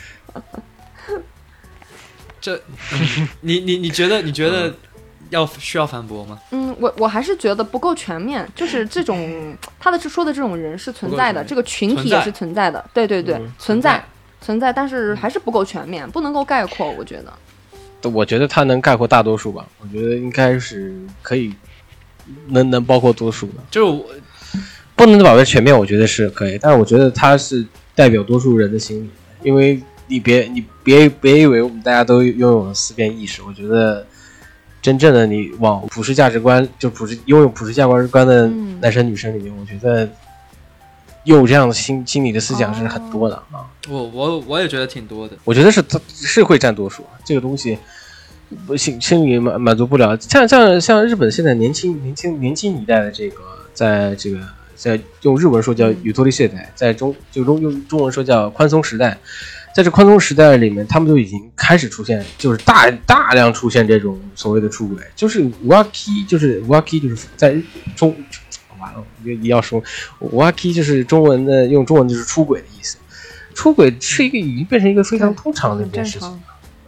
你你你觉得你觉得要需要反驳吗？嗯，我我还是觉得不够全面，就是这种他的这说的这种人是存在的，嗯不够全这个面群体存在也是存在的，对对对，嗯存在嗯在存在，但是还是不够全面，不能够概括，我觉得。我觉得她能概括大多数吧，我觉得应该是可以，能能包括多数的，就是我不能保证全面，我觉得是可以，但是我觉得她是代表多数人的心理，因为你别你别别以为我们大家都拥有了思辨意识，我觉得真正的你往普世价值观就普世拥有普世价值观的嗯男生女生里面，我觉得有这样的心心理的思想是很多的啊。我我我也觉得挺多的，我觉得是他是会占多数，啊这个东西不心心里满满足不了。像像像日本现在年轻年轻年轻一代的这个，在这个在用日文说叫嗯宇多利世代，在中就中用中文说叫宽松时代，在这宽松时代里面，他们就已经开始出现，就是大大量出现这种所谓的出轨，就是 waki，就是 waki，就是在日中完了，我就要说 waki 就是中文的用中文就是出轨的意思。出轨是一个已经变成一个非常通常的一很件正事情常，。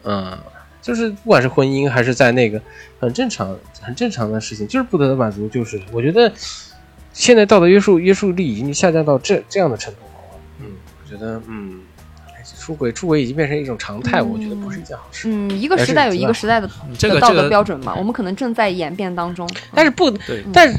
嗯，就是不管是婚姻还是在那个很正常、很正常的事情，就是不得满足，就是我觉得现在道德约束约束力已经下降到这这样的程度了。嗯，我觉得嗯，开始出轨，出轨已经变成一种常态，我觉得不是一件好事。嗯，一个还时是代有挺一好个时代的你嗯这的个道这德个，嗯标准吧，我们可能正在演变当中。嗯但是嗯不，对但是，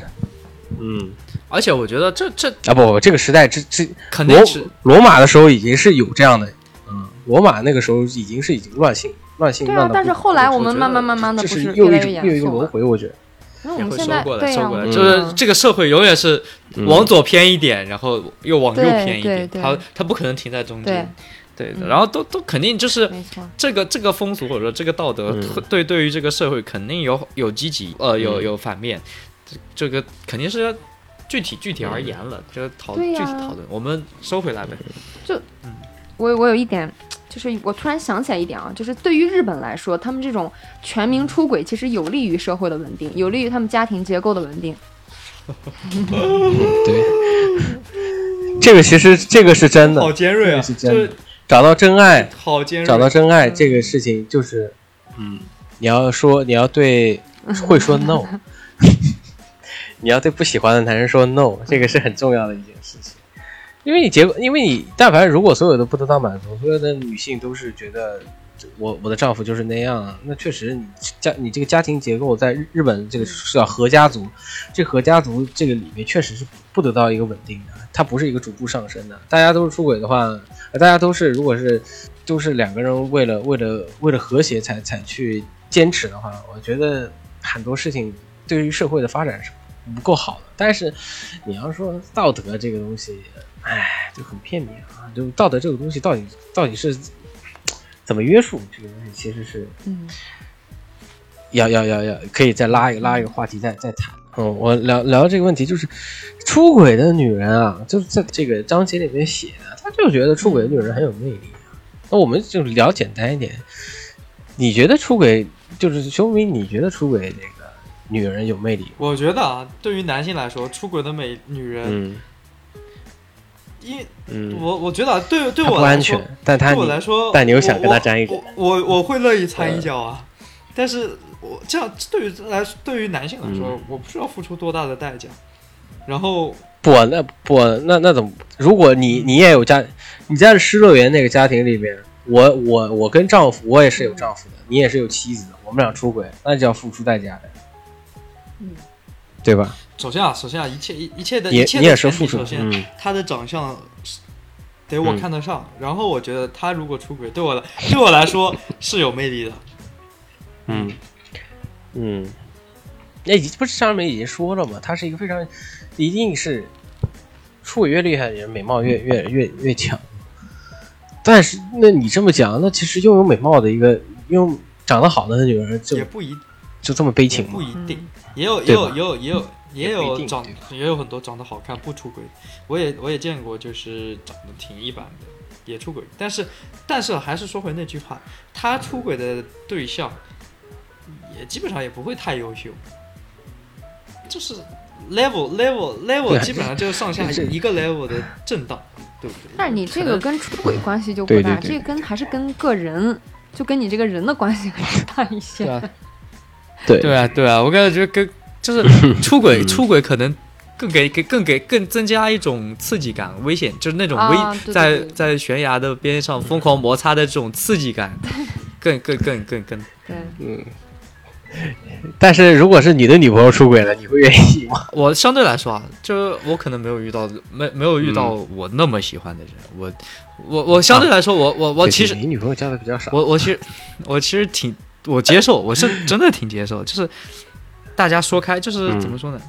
嗯而且我觉得这这啊不不，这个时代这这肯定罗是罗马的时候已经是有这样的，嗯，罗马那个时候已经是已经乱性乱性对乱啊到，不行。但是后来我觉们得慢慢慢慢的这不是越又一来越种又一严个肃轮了。回，我觉得。那我也们会现收在嗯过来，对收呀，过来，我就们是这个社会永远是嗯往左偏一点，然后又往右对偏一对点，对它它不可能停在中对间，对嗯的，然后都都肯定就是没错。这个这个风俗或者说这个道德，嗯对对于这个社会肯定有有积极，呃，有嗯有反面，这这个肯定是要具体具体而言了，这个讨嗯对具呀体讨论，我们收回来呗。我我有一点，就是我突然想起来一点啊，就是对于日本来说，他们这种全嗯民出轨其实有利于社会的稳定，有利于他们家庭结构的稳定。对，这个其实这个是真的哦好，尖锐啊，是就真的是找到真爱，好尖锐，找到真爱这个事情就是，嗯，你要说你要对会说 no，你要对不喜欢的男人说 no，这个是很重要的一件事情。因为你结果，因为你但凡如果所有的不得到满足，所有的女性都是觉得我我的丈夫就是那样，啊，那确实你家你这个家庭结构在日日本这个是叫合家族，这合家族这个里面确实是不得到一个稳定的，它不是一个逐步上升的。大家都是出轨的话，呃大家都是如果是都是两个人为了为了为了和谐才才去坚持的话，我觉得很多事情对于社会的发展是不够好的。但是你要说道德这个东西，哎，就很片面啊。就道德这个东西到底到底是怎么约束这个东西，其实是嗯，要要要要，可以再拉一个拉一个话题再再谈。嗯，我聊聊这个问题，就是出轨的女人啊，就是在这个章节里面写的，她就觉得出轨的女人很有魅力、啊。那我们就聊简单一点，你觉得出轨就是熊明，你觉得出轨这个女人有魅力吗？我觉得啊，对于男性来说，出轨的美女人，嗯因为嗯，我我觉得啊，对对她不我来安说，全，但她对你我来说，但你又想我跟他沾一呃我我我会乐意掺一脚啊，但是我这样对于来对于男性来说，嗯我不需要付出多大的代价。然后不那不那那怎么？如果你你也有家，你在失乐园那个家庭里面，我我我跟丈夫，我也是有丈夫的，你也是有妻子的，我们俩出轨，那就要付出代价的，嗯，对吧？首先啊，首先啊，一切一一切的你一切的你也是前提付出首，先，嗯，他的长相是得我嗯看得上，然后我觉得他如果出轨，对我来对我来说是有魅力的。嗯，嗯，那已不是上面已经说了嘛，他是一个非常，一定是出轨越厉害的人，美貌越越越越强。但是，那你这么讲，那其实拥有美貌的一个，拥有长得好的女人就也不一就这么悲也情不吗？一定，也有也对吧有也有也有也也不一有定长对吧也有很多长得好看不出轨的，我也我也见过，就是长得挺一般的也出轨，但是但是还是说回那句话，他出轨的对象也基本上也不会太优秀，就是 level level 啊 level 基本上就是上下这一个 level 的震荡，对不对？但是你这可个能跟出轨关系就不对大，对对这个跟还是跟个人，就跟你这个人的关系还是大一些。啊，对对啊，嗯对啊，我感觉跟就是 *laughs* 出轨，出轨可能更给给更给更增加一种刺激感、危险，就是那种危、啊对对在对在悬崖的边上疯狂摩擦的这种刺激 *laughs* 感，更更更更更对，但是如果是你的女朋友出轨了，你会愿意吗？我相对来说啊，就是我可能没有遇到，没没有遇到我那么喜欢的人。我我我相对来说，我我我其实 *laughs* 你女朋友交的比较少，我我其实我其实挺我接受，*laughs* 我是真的挺接受，就是大家说开，就是嗯怎么说呢？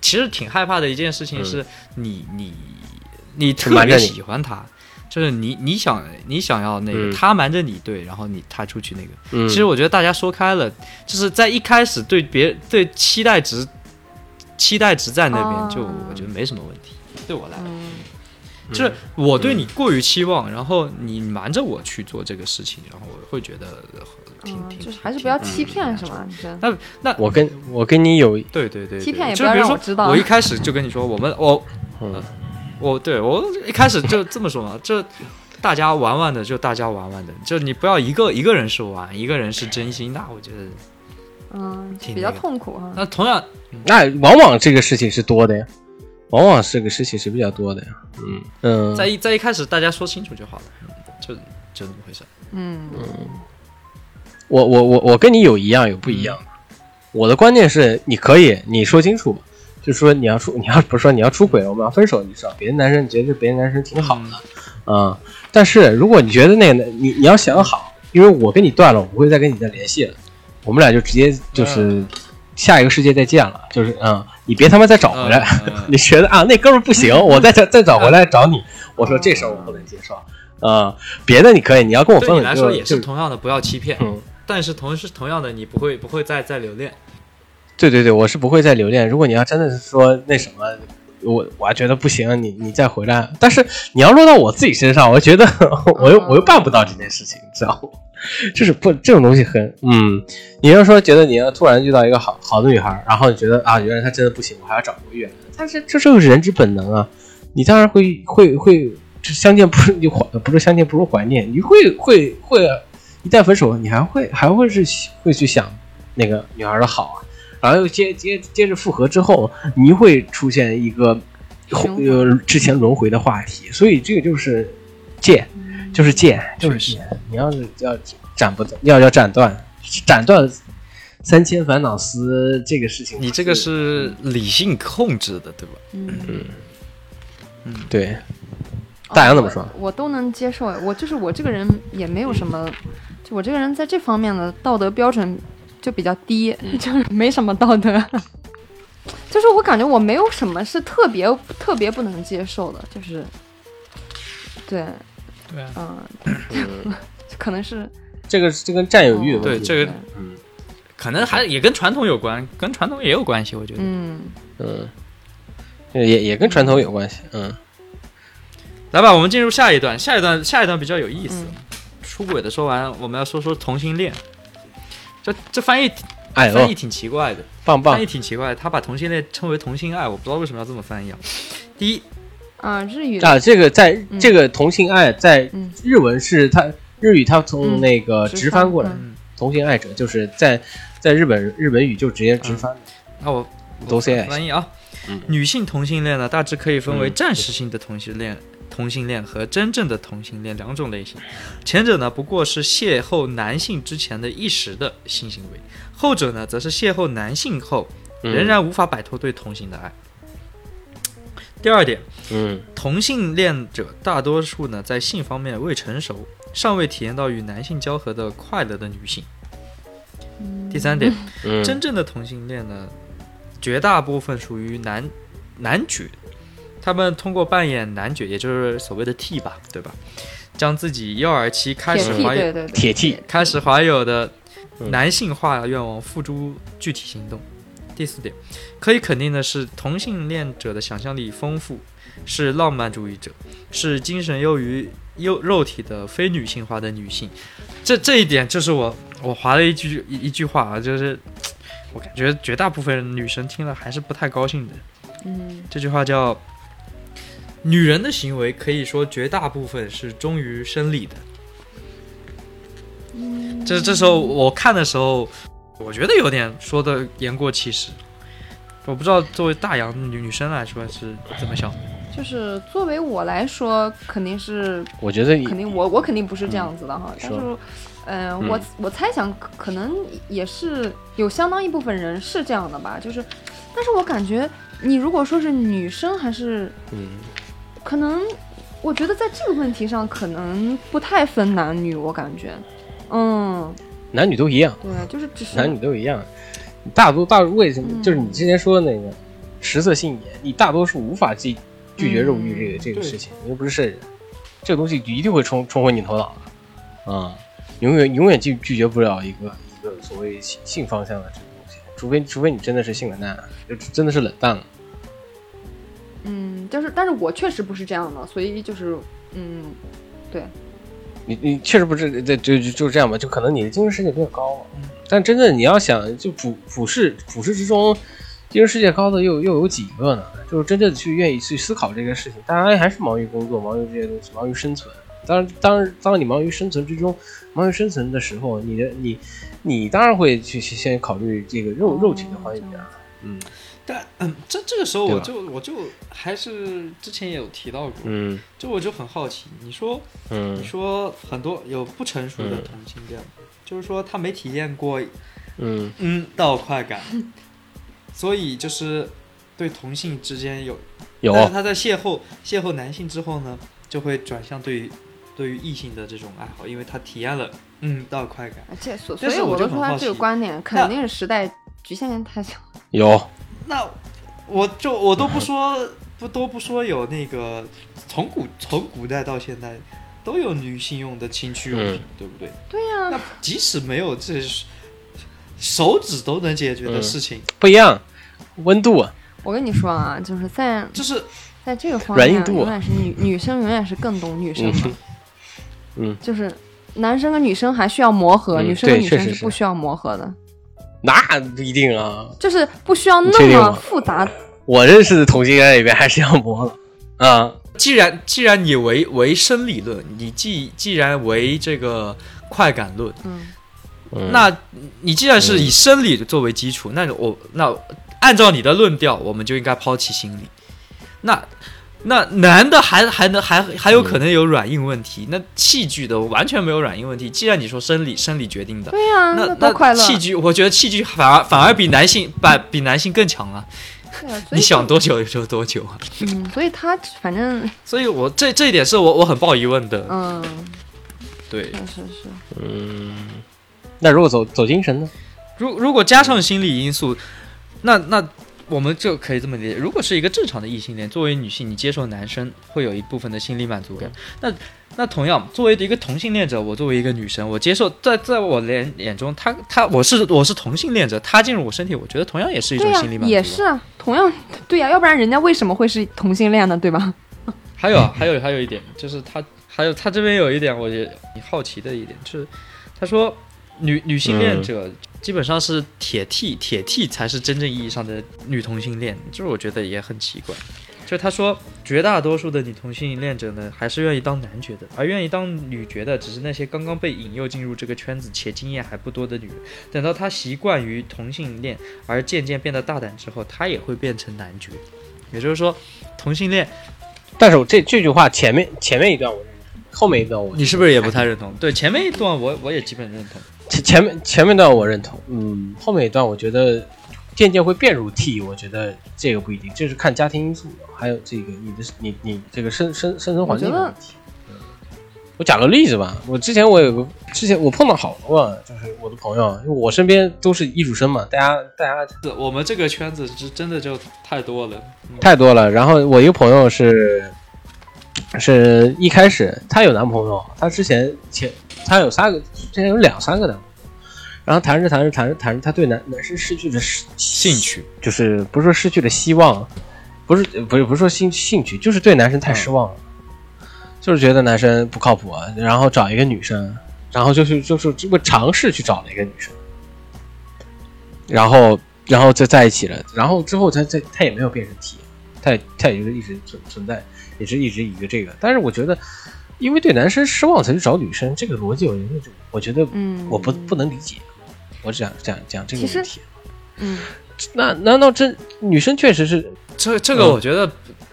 其实挺害怕的一件事情是你、你你瞒特着别你喜欢他，就是你你想你想要那个、嗯他瞒着你对，然后你他出去那个，嗯其实我觉得大家说开了，就是在一开始对别对期待值期待值在那边，哦就我觉得没什么问题。对我来，嗯，就是我对你嗯过于期望，然后你瞒着我去做这个事情，然后我会觉得呃挺嗯挺就是挺还是不要挺欺骗，是吗？真那那我跟我跟你有，对对对，对欺骗也就不要比如让说我知道一开始就跟你说，我们我嗯我对我一开始就这么说嘛，就大家玩玩的，就大家玩玩的，就你不要一个一个人是玩，一个人是真心，那我觉得嗯，挺比较那个痛苦哈。那同样那往往这个事情是多的呀，往往这个事情是比较多的呀。嗯嗯，在一在一开始大家说清楚就好了。嗯就就那么回事。嗯，我我我我跟你有一样有不一样，嗯我的观念是你可以你说清楚，就说你要出你要不是说你要出轨了，我们要分手，你知道别的男生你觉得别的男生挺嗯好的，啊、但是如果你觉得那个你你要想好，因为我跟你断了，我不会再跟你再联系了，我们俩就直接嗯就是下一个世界再见了，就是嗯，你别他妈再找回来，嗯 *laughs* 你觉得啊那哥们儿不行，我再找再找回来找你，我说这事儿我不能接受，啊、别的你可以，你要跟我分嗯对手你来说就也是就同样的，不要欺骗。嗯。但是同是同样的，你不会不会再再留恋。对对对，我是不会再留恋。如果你要真的是说那什么，我我还觉得不行，你你再回来。但是你要落到我自己身上，我觉得 *laughs* 我又我又办不到这件事情，你知道吗？ *laughs* 就是不这种东西很嗯，你要说觉得你要突然遇到一个好好的女孩，然后你觉得啊，原来她真的不行，我还要找回原来的，但是这是人之本能啊，你当然会会会就相见不是你怀不是相见不如怀念，你会会会啊一旦分手，你还会还会是会去想那个女孩的好啊。然后又接接接着复合之后，你会出现一个循环呃之前轮回的话题，所以这个就是贱，就是贱，就是贱。你要是要斩不要要斩断，斩断三千烦恼丝这个事情，你这个是理性控制的，对吧？嗯对大洋怎么说哦我我都能接受哎，我就是我这个人也没有什么，就我这个人在这方面的道德标准就比较低，就是没什么道德。 *laughs* 就是我感觉我没有什么是特别特别不能接受的，就是，对，对啊嗯， *laughs* 可能是这个这跟占有哦欲有对，关系这个嗯可能还也跟传统有关，跟传统也有关系，我觉得。嗯，嗯，也也跟传统有关系，嗯。来吧，我们进入下一段，下一段下一段比较有意思。嗯出轨的说完，我们要说说同性恋。这这翻译哎翻呦译，挺奇怪的，棒棒翻译！挺奇怪的。他把同性恋称为同性爱，我不知道为什么要这么翻译啊。第一，啊，日语的啊，这个在、嗯这个同性爱在嗯日文是它日语它从嗯那个直翻过来，嗯同性爱者就是在在日本日本语就直接直嗯翻，那我都 say 翻译啊嗯。女性同性恋呢，大致可以分为嗯暂时性的同性恋、同性恋和真正的同性恋两种类型。前者呢，不过是邂逅男性之前的一时的性行为；后者呢，则是邂逅男性后嗯仍然无法摆脱对同性的爱。第二点，嗯同性恋者大多数呢在性方面未成熟，尚未体验到与男性交合的快乐的女性。第三点，嗯真正的同性恋呢，绝大部分属于男男角，他们通过扮演男角，也就是所谓的 T 吧，对吧？将自己幼儿期开铁始剃，怀有对对对，铁剃开始怀有的嗯男性化愿望付诸具体行动。第四点，可以肯定的是，同性恋者的想象力丰富，是浪漫主义者，是精神优于肉肉体的非女性化的女性。这这一点就是我我划了一句一一句话啊，就是我感觉绝大部分女生听了还是不太高兴的。嗯这句话叫：女人的行为可以说绝大部分是忠于生理的。这这时候我看的时候，我觉得有点说的言过其实。我不知道作为大洋女女生来说是怎么想的。就是作为我来说，肯定是我觉得你肯定我我肯定不是这样嗯子的哈，但说是，呃，我我猜想可可能也是有相当一部分人是这样的吧，就是，但是我感觉你如果说是女生还是嗯可能，我觉得在这个问题上可能不太分男女，我感觉，嗯，男女都一样，对，就是只是男女都一样，大多大为什么、嗯就是你之前说的那个食色性也，你大多数无法拒拒绝肉欲这个、这个事情，你又不是圣人，这个东西一定会冲冲昏你头脑的啊、永远永远拒拒绝不了一个一个所谓性性方向的这个东西，除非除非你真的是性冷淡，啊就真的是冷淡了。嗯，就是但是我确实不是这样的，所以就是嗯，你你确实不是，对，就就就这样吧，就可能你的精神世界比较高、但真正你要想，就普普世普世之中，精神世界高的又又有几个呢？就是真正去愿意去思考这个事情，大家还是忙于工作，忙于这些东西，忙于生存。当然，当然，当你忙于生存之中，忙于生存的时候，你的你你当然会去去先考虑这个肉肉体的环节啊。嗯，但嗯，这这个时候对我吧就我就还是之前也有提到过，嗯就我就很好奇，你说你嗯说很多有不成熟的嗯同性恋，就是说他没体验过嗯嗯到快感，所以就是对同性之间有，有但是他在邂逅邂逅男性之后呢，就会转向对于对于异性的这种爱好，因为他体验了嗯到快感。而且所但所是以我都就说很他好这个奇观点肯定是时代局限性太小。有那我就我都不说，不都不说有那个从古从古代到现在都有女性用的情趣用品，嗯对不对？对呀、那即使没有这手指都能解嗯决的事情，不一样，温度啊我跟你说啊，就是在就是在这个方软硬面，度永远是女女生永远是更懂女生的，嗯就是男生跟女生还需要磨合，嗯女生跟对女生确实是是不需要磨合的，那不一定啊。就是不需要你确那定么吗复杂。我认识的同性恋里面还是要磨的啊，既然既然你为为生理论，你既既然为这个快感论，嗯，嗯那你既然是以生理作为基础，那我那按照你的论调，我们就应该抛弃心理。那那男的还还能还还有可能有软硬问题，那器具的完全没有软硬问题。既然你说生理生理决定的，对呀、那多嗯快乐！器具，我觉得器具反而反而比男性把比男性更强了。对啊，所以你想就多久就多久啊。嗯，所以他反正所以我这这一点是我我很抱疑问的。嗯，对，确实是。嗯，那如果走走精神呢？如如果加上心理因素，那那我们就可以这么理解：如果是一个正常的异性恋，作为女性，你接受男生会有一部分的心理满足感。那那同样，作为一个同性恋者，我作为一个女生，我接受在在我眼眼中，他他我是我是同性恋者，他进入我身体，我觉得同样也是一对种呀、心理满足。也是。啊，同样对呀、要不然人家为什么会是同性恋呢？对吧？还有啊还有还有一点，就是他还有他这边有一点，我也挺好奇的一点，就是他说女女性恋者基本上是铁 T，、铁 T 才是真正意义上的女同性恋，这我觉得也很奇怪。就他说，绝大多数的女同性恋者呢，还是愿意当男角的，而愿意当女角的，只是那些刚刚被引诱进入这个圈子且经验还不多的女人。等到她习惯于同性恋，而渐渐变得大胆之后，她也会变成男角。也就是说，同性恋但是我这这句话前面前面一段我认同，后面一段我你是不是也不太认同？对，前面一段我我也基本认同。前前面前面一段我认同，嗯，后面一段我觉得渐渐会变入 T，我觉得这个不一定，这是看家庭因素，还有这个你的你你这个生生生存环境的问题。嗯我讲个例子吧，我之前我有个之前我碰到好多啊，就是我的朋友，因为我身边都是艺术生嘛，大家大家是我们这个圈子是真的就太多了。太多了。然后我一个朋友是，是一开始她有男朋友，她之前前她有三个，之前有两三个男朋友，然后谈着谈着谈着谈着，她对男男生失去了失兴，趣，就是不是说失去了希望，不是不是不是说兴兴趣，就是对男生太失嗯望了，就是觉得男生不靠谱啊，然后找一个女生，然后就是就是这么尝试去找了一个女生，然后然后就在一起了，然后之后他他他也没有变成 T，他也他也就是一直存存在，也是一直一个这个，但是我觉得。因为对男生失望才去找女生，这个逻辑我觉得就我觉得嗯我不不能理解。我只想讲讲这个其实问题。嗯，那难道真女生确实是这这个嗯我觉得、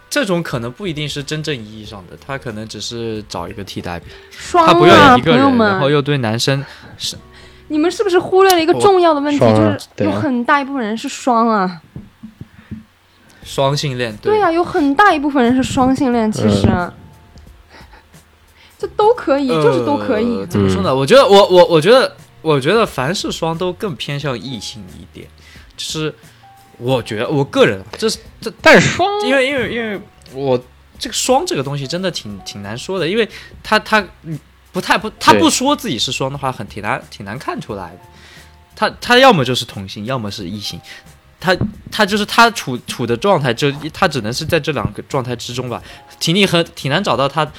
这种可能不一定是真正意义上的，他可能只是找一个替代品，双他不啊，愿意一个朋友人，然后们，又对男生是你们是不是忽略了一个我重要的问题，双啊就是对有啊很大一部分人是双啊，双性恋，对呀、有很大一部分人是双性恋，其实。嗯 *laughs* 这都可以，就是都可以呃。怎么说呢？我觉得我我我觉得我觉得凡是双都更偏向异性一点，就是我觉得我个人啊这是这但是双因为因为因为我这个双这个东西真的挺挺难说的，因为他他嗯不太不他对不说自己是双的话，很挺难挺难看出来的。他他要么就是同性，要么是异性，他他就是他处处的状态，就他只能是在这两个状态之中吧，挺你很挺难找到他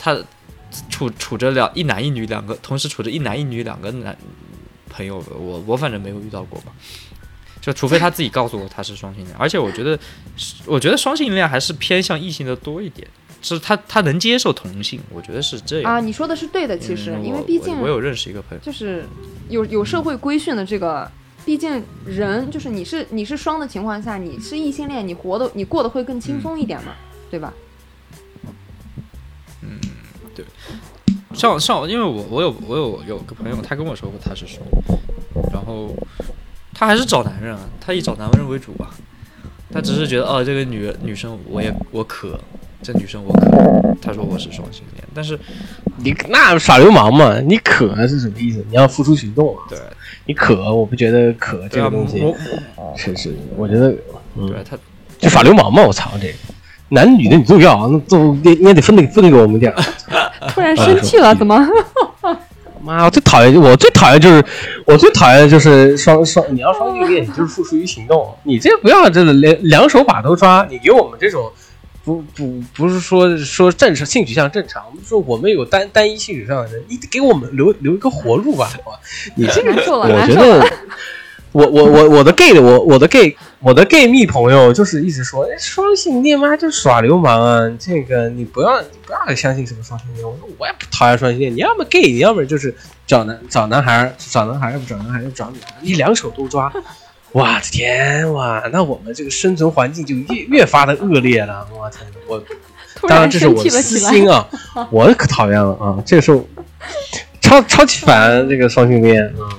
他处处着两一男一女两个，同时处着一男一女两个男朋友，我我反正没有遇到过吧。就除非他自己告诉我他是双性恋，而且我觉得，我觉得双性恋还是偏向异性的多一点，是他他能接受同性，我觉得是这样。啊，你说的是对的，其实，嗯因为我毕我竟我有认识一个朋友，就是有有社会规训的这个毕竟人就是你是你是双的情况下，你是异性恋，你活的你过得会更轻松一点嘛，对吧？上上，因为我我有我有有个朋友，他跟我说过他是双，然后他还是找男人啊，他以找男人为主吧，他只是觉得哦，这个女女生我也我可，这女生我可，他说我是双性恋，但 *laughs* 是你那耍流氓嘛？你渴是什么意思？你要付出行动啊！对你渴，我不觉得渴对这啊，个东西我是是，我觉得嗯我对啊他就耍流氓嘛！我操，这个男女的你重要，那都你你也得分得分给我们点儿。突然生气啊了，怎么？ *laughs* 妈，我最讨厌，我最讨厌就是，我最讨厌的就是双双，你要双性恋，你就是付出于行动，你这不要这两两手把头抓，你给我们这种不不不是说说正常性取向正常，说我们有单单一性取向的人，你得给我们留留一个活路吧，好吧你这个难受了，我难觉受了。得，我我我我的 gay 的我我的 gay 我的 gay 蜜朋友就是一直说，哎，双性恋妈就是耍流氓啊！这个你不要你不要相信什么双性恋，我说我也不讨厌双性恋，你要么 gay，你要么就是找男找男孩儿找男孩儿，要不找男孩儿，要不找女孩儿，你两手都抓。我的天哇！那我们这个生存环境就越越发的恶劣了。我天，我突当然然这是生我气的了私起心来。啊，我可讨厌了啊！这是我超超级烦这个双性恋啊。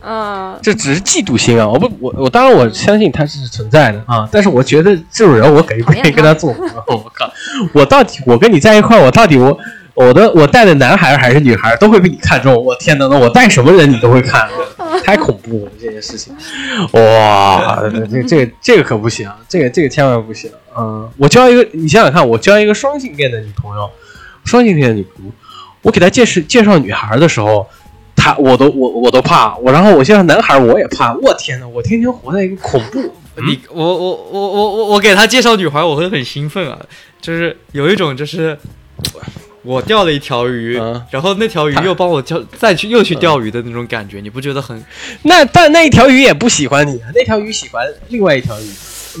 嗯，这只是嫉妒心啊！我不，我我当然我相信他是存在的啊，但是我觉得这种人我肯定不讨厌愿意跟他他做朋友。 *laughs* 我靠，我到底我跟你在一块儿，我到底我我的我带的男孩还是女孩都会被你看中。我天哪，那我带什么人你都会 *laughs* 看，太恐怖了这件事情。哇，这这个这个可不行，这个这个千万不行。嗯，我交一个，你想想看，我交一个双性恋的女朋友，双性恋的女朋友，我给她介绍介绍女孩的时候。他我都我我都怕，我然后我现在男孩儿我也怕，我天呐，我天天活在一个恐怖，你我我我我我我给他介绍女孩，我会很兴奋啊，就是有一种就是。我钓了一条鱼，嗯然后那条鱼又帮我钓，再去又去钓鱼的那种感觉，你不觉得很那但那一条鱼也不喜欢你，啊，那条鱼喜欢另外一条鱼，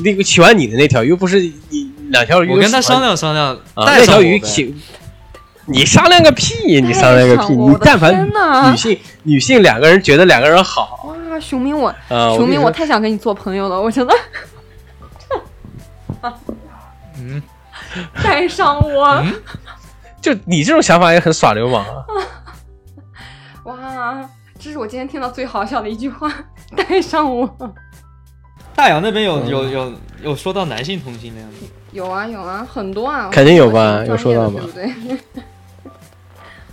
那个喜欢你的那条鱼又不是你两条鱼。我跟他商，量商量，啊、带那上条我鱼呗喜，你商量个屁！ *laughs* 你商量个屁！你但凡真哎的女性女性两个人觉得两个人好哇，熊明我，啊，熊跟你明说我太想跟你做朋友了，我真的嗯， *laughs* 带上我，嗯就你这种想法也很耍流氓啊！哇，这是我今天听到最好笑的一句话， *laughs* 带上我。大洋那边有嗯有有有说到男性同性恋吗？有啊有啊，很多啊，肯定有吧我有说到吧对不对？ *laughs*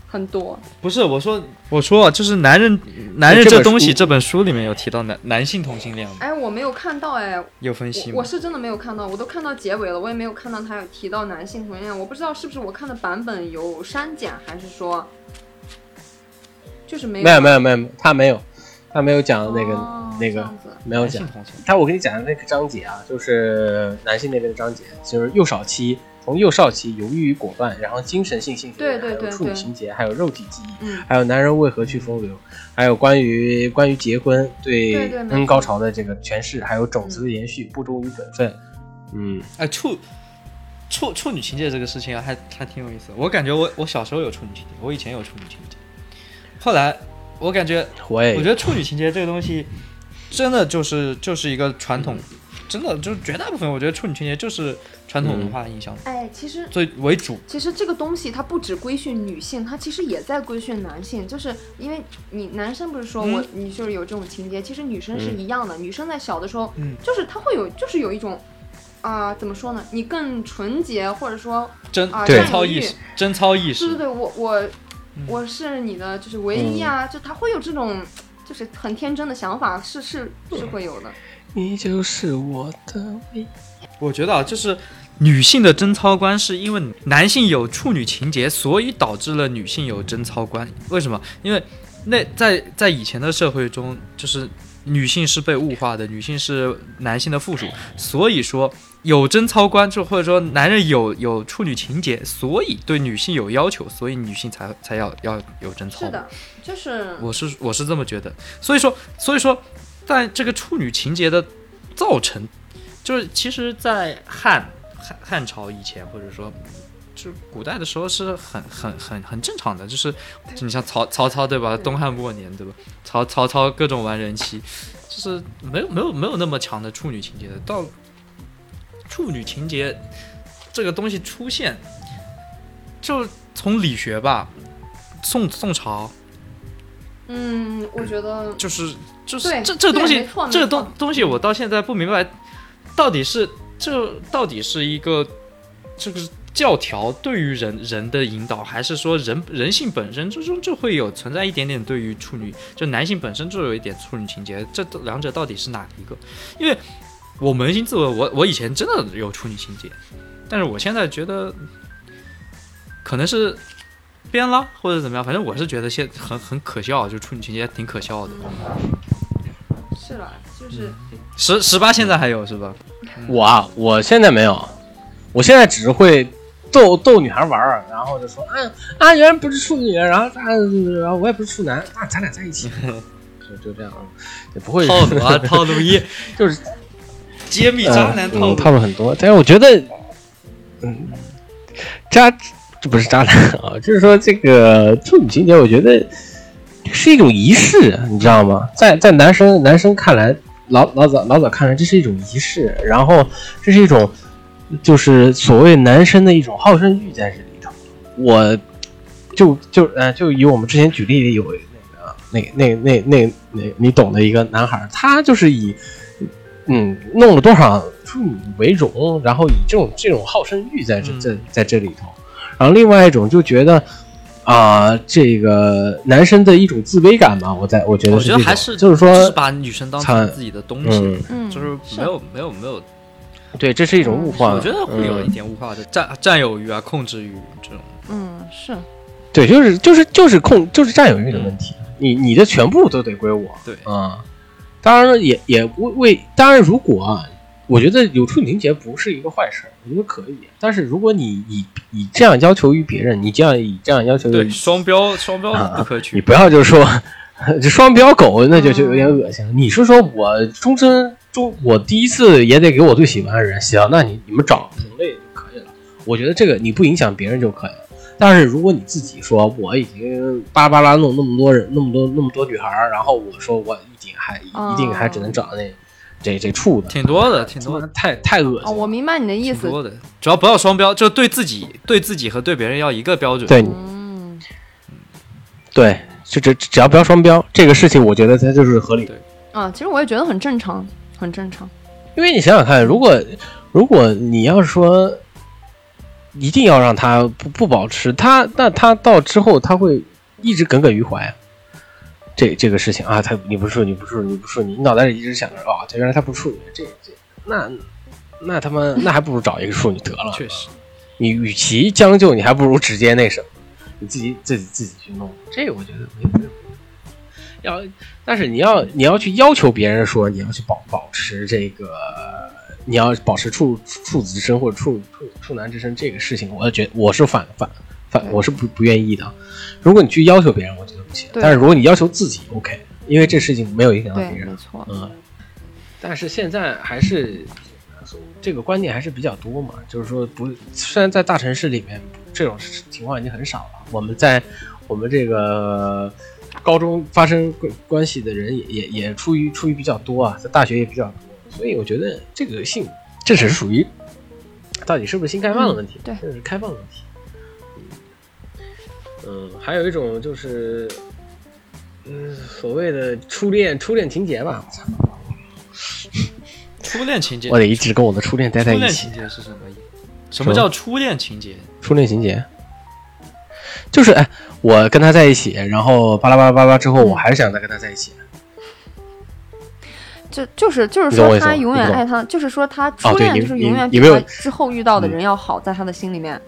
很多，不是，我说我说啊就是男人，男人这本这东西，书这本书里面有提到男男性同性恋吗？哎，我没有看到哎，有分析我吗我？是真的没有看到，我都看到结尾了，我也没有看到他有提到男性同性恋，我不知道是不是我看的版本有删减，还是说就是没有没有没有没有，他没有，他没有讲那个、哎哦那这个样子没有男讲性。同性他我跟你讲的那个章节啊，就是男性那边的章节，就是幼少期，从幼少期犹豫与果断，然后精神性性对格，对还有对处女对情节，还有肉体记忆，嗯还有男人为何去风流，还有关于关于结婚对对对没错恩高潮的这个诠释，还有种子的延续，不忠于本分，嗯，哎，处处处女情节这个事情啊，还还挺有意思。我感觉我我小时候有处女情节，我以前有处女情节，后来我感觉我也我觉得处女情节这个东西，真的就是就是一个传统，真的就是绝大部分，我觉得处女情节就是传统文化影响哎，其实最为主。其实这个东西它不只规训女性，它其实也在规训男性，就是因为你男生不是嗯说我、你就是有这种情节，其实女生是一样的，女生在小的时候，嗯就是她会有就是有一种。啊、怎么说呢？你更纯洁，或者说，贞啊对贞占有操意欲识，贞操意对对识，对，我我嗯我是你的就是唯一啊，就他会有这种就是很天真的想法，是是是会有的。你就是我的唯一，我觉得啊，就是女性的贞操观是因为男性有处女情节，所以导致了女性有贞操观。为什么？因为那在在以前的社会中，就是女性是被物化的，女性是男性的附属，所以说有贞操观，就或者说男人有有处女情节，所以对女性有要求，所以女性才才要要有贞操。是的，就是我是我是这么觉得，所以说所以说，但这个处女情节的造成，就是其实，在汉汉汉朝以前，或者说就古代的时候是很很很很正常的，就是你像曹曹操对吧？东汉末年对吧？曹曹操各种玩人妻，就是没有没有没有那么强的处女情节的。到处女情节这个东西出现，就从理学吧，宋宋朝嗯，我觉得就是就是对这这对东西没错没这错东东西我到现在不明白，到底是这到底是一个这个教条对于人人的引导，还是说人人性本身之中就会有存在一点点对于处女，就男性本身就有一点处女情节，这两者到底是哪一个？因为我扪心自问，我我以前真的有处女情节，但是我现在觉得可能是。变了，或者怎么样，反正我是觉得现很很可笑，就处女情节挺可笑的。是了，就是十十八现在还有是吧？我啊，我现在没有，我现在只是会逗逗女孩玩儿，然后就说啊啊，原来不是处女，然后啊，然后我也不是处男，啊，咱俩在一 *laughs* 起，就就这样，也不会套路 *laughs* 啊，套路一就是揭秘渣男套嗯路。套路很多，但是我觉得，嗯，渣这不是渣男啊，就是说这个处女情节，我觉得是一种仪式，你知道吗？在在男生男生看来，老老早老早看来，这是一种仪式，然后这是一种就是所谓男生的一种好胜欲在这里头。我就就呃，就以我们之前举例有那个那那那那那你懂的一个男孩儿，他就是以嗯弄了多少处女为荣，然后以这种这种好胜欲在这嗯这在这里头，然后另外一种就觉得。啊、这个男生的一种自卑感吧，我在我觉得我是觉这得种，还就是是就是说，把女生当惨成自己的东嗯西，，嗯，就是没有没有没有，对，这是一种物化。我觉得会有一嗯点物化的占占有欲啊、控制欲这种。嗯是，对，就是就是就是控就是占有欲的问题，你你的全部都得归我。对啊、当然了也也为为当然如果啊，我觉得有处女情节不是一个坏事儿，我觉得可以。但是如果你以以这样要求于别人，你这样以这样要求于对，双标双标啊不可你取。不要就说这双标狗，那就就有点恶心了。你是说我终身终我第一次也得给我最喜欢的人，行，那你你们找同类就可以了。我觉得这个你不影响别人就可以了。但是如果你自己说我已经巴拉巴拉弄那么多人，那么多那么多女孩儿，然后我说我一定还一定还只能找那这这处的，挺多的，挺多的，太太恶哦，心我了。明白你的意挺思，多的。主要不要双标，就对自己、对自己和对别人要一个标准。对你嗯，对，就只只要不要双标，这个事情我觉得它就是合理的。啊，其实我也觉得很正常，很正常，因为你想想看，如果如果你要是说一定要让他不不保持他，那他到之后他会一直耿耿于怀啊。这这个事情啊，他你不处女，不处女，你不处女，你脑袋里一直想着啊，他、原来他不处女，这这那那他妈那还不如找一个处女得了。确实，你与其将就，你还不如直接那什么，你自己自己自己去弄。这我觉得没没有。要，但是你要你要去要求别人说你要去保保持这个，你要保持处处子之身或者处处处男之身这个事情，我觉得我是反反反，我是不不愿意的。如果你去要求别人，我觉得不行。对但是如果你要求自己，OK，因为这事情没有影响到对，别人没。错，嗯，但是现在还是这个观念还是比较多嘛，就是说不，虽然在大城市里面这种情况已经很少了，我们在我们这个高中发生关关系的人也也也出于出于比较多啊，在大学也比较多，所以我觉得这个性这只是属于到底是不是新开放的问题，嗯对这是开放的问题。嗯，还有一种就是，嗯，所谓的初恋初恋情节吧，我操初恋情节，我得一直跟我的初恋待在初一恋起情。节是什么意思？什么叫初恋情节？初恋情节，就是哎，我跟他在一起，然后巴拉巴拉巴拉之后，嗯我还是想再跟他在一起。就就是就是你懂我说意思吗他永远你懂爱他，就是说他哦初对恋你就是你永远你比没有嗯他之后遇到的人要好，在他的心里面，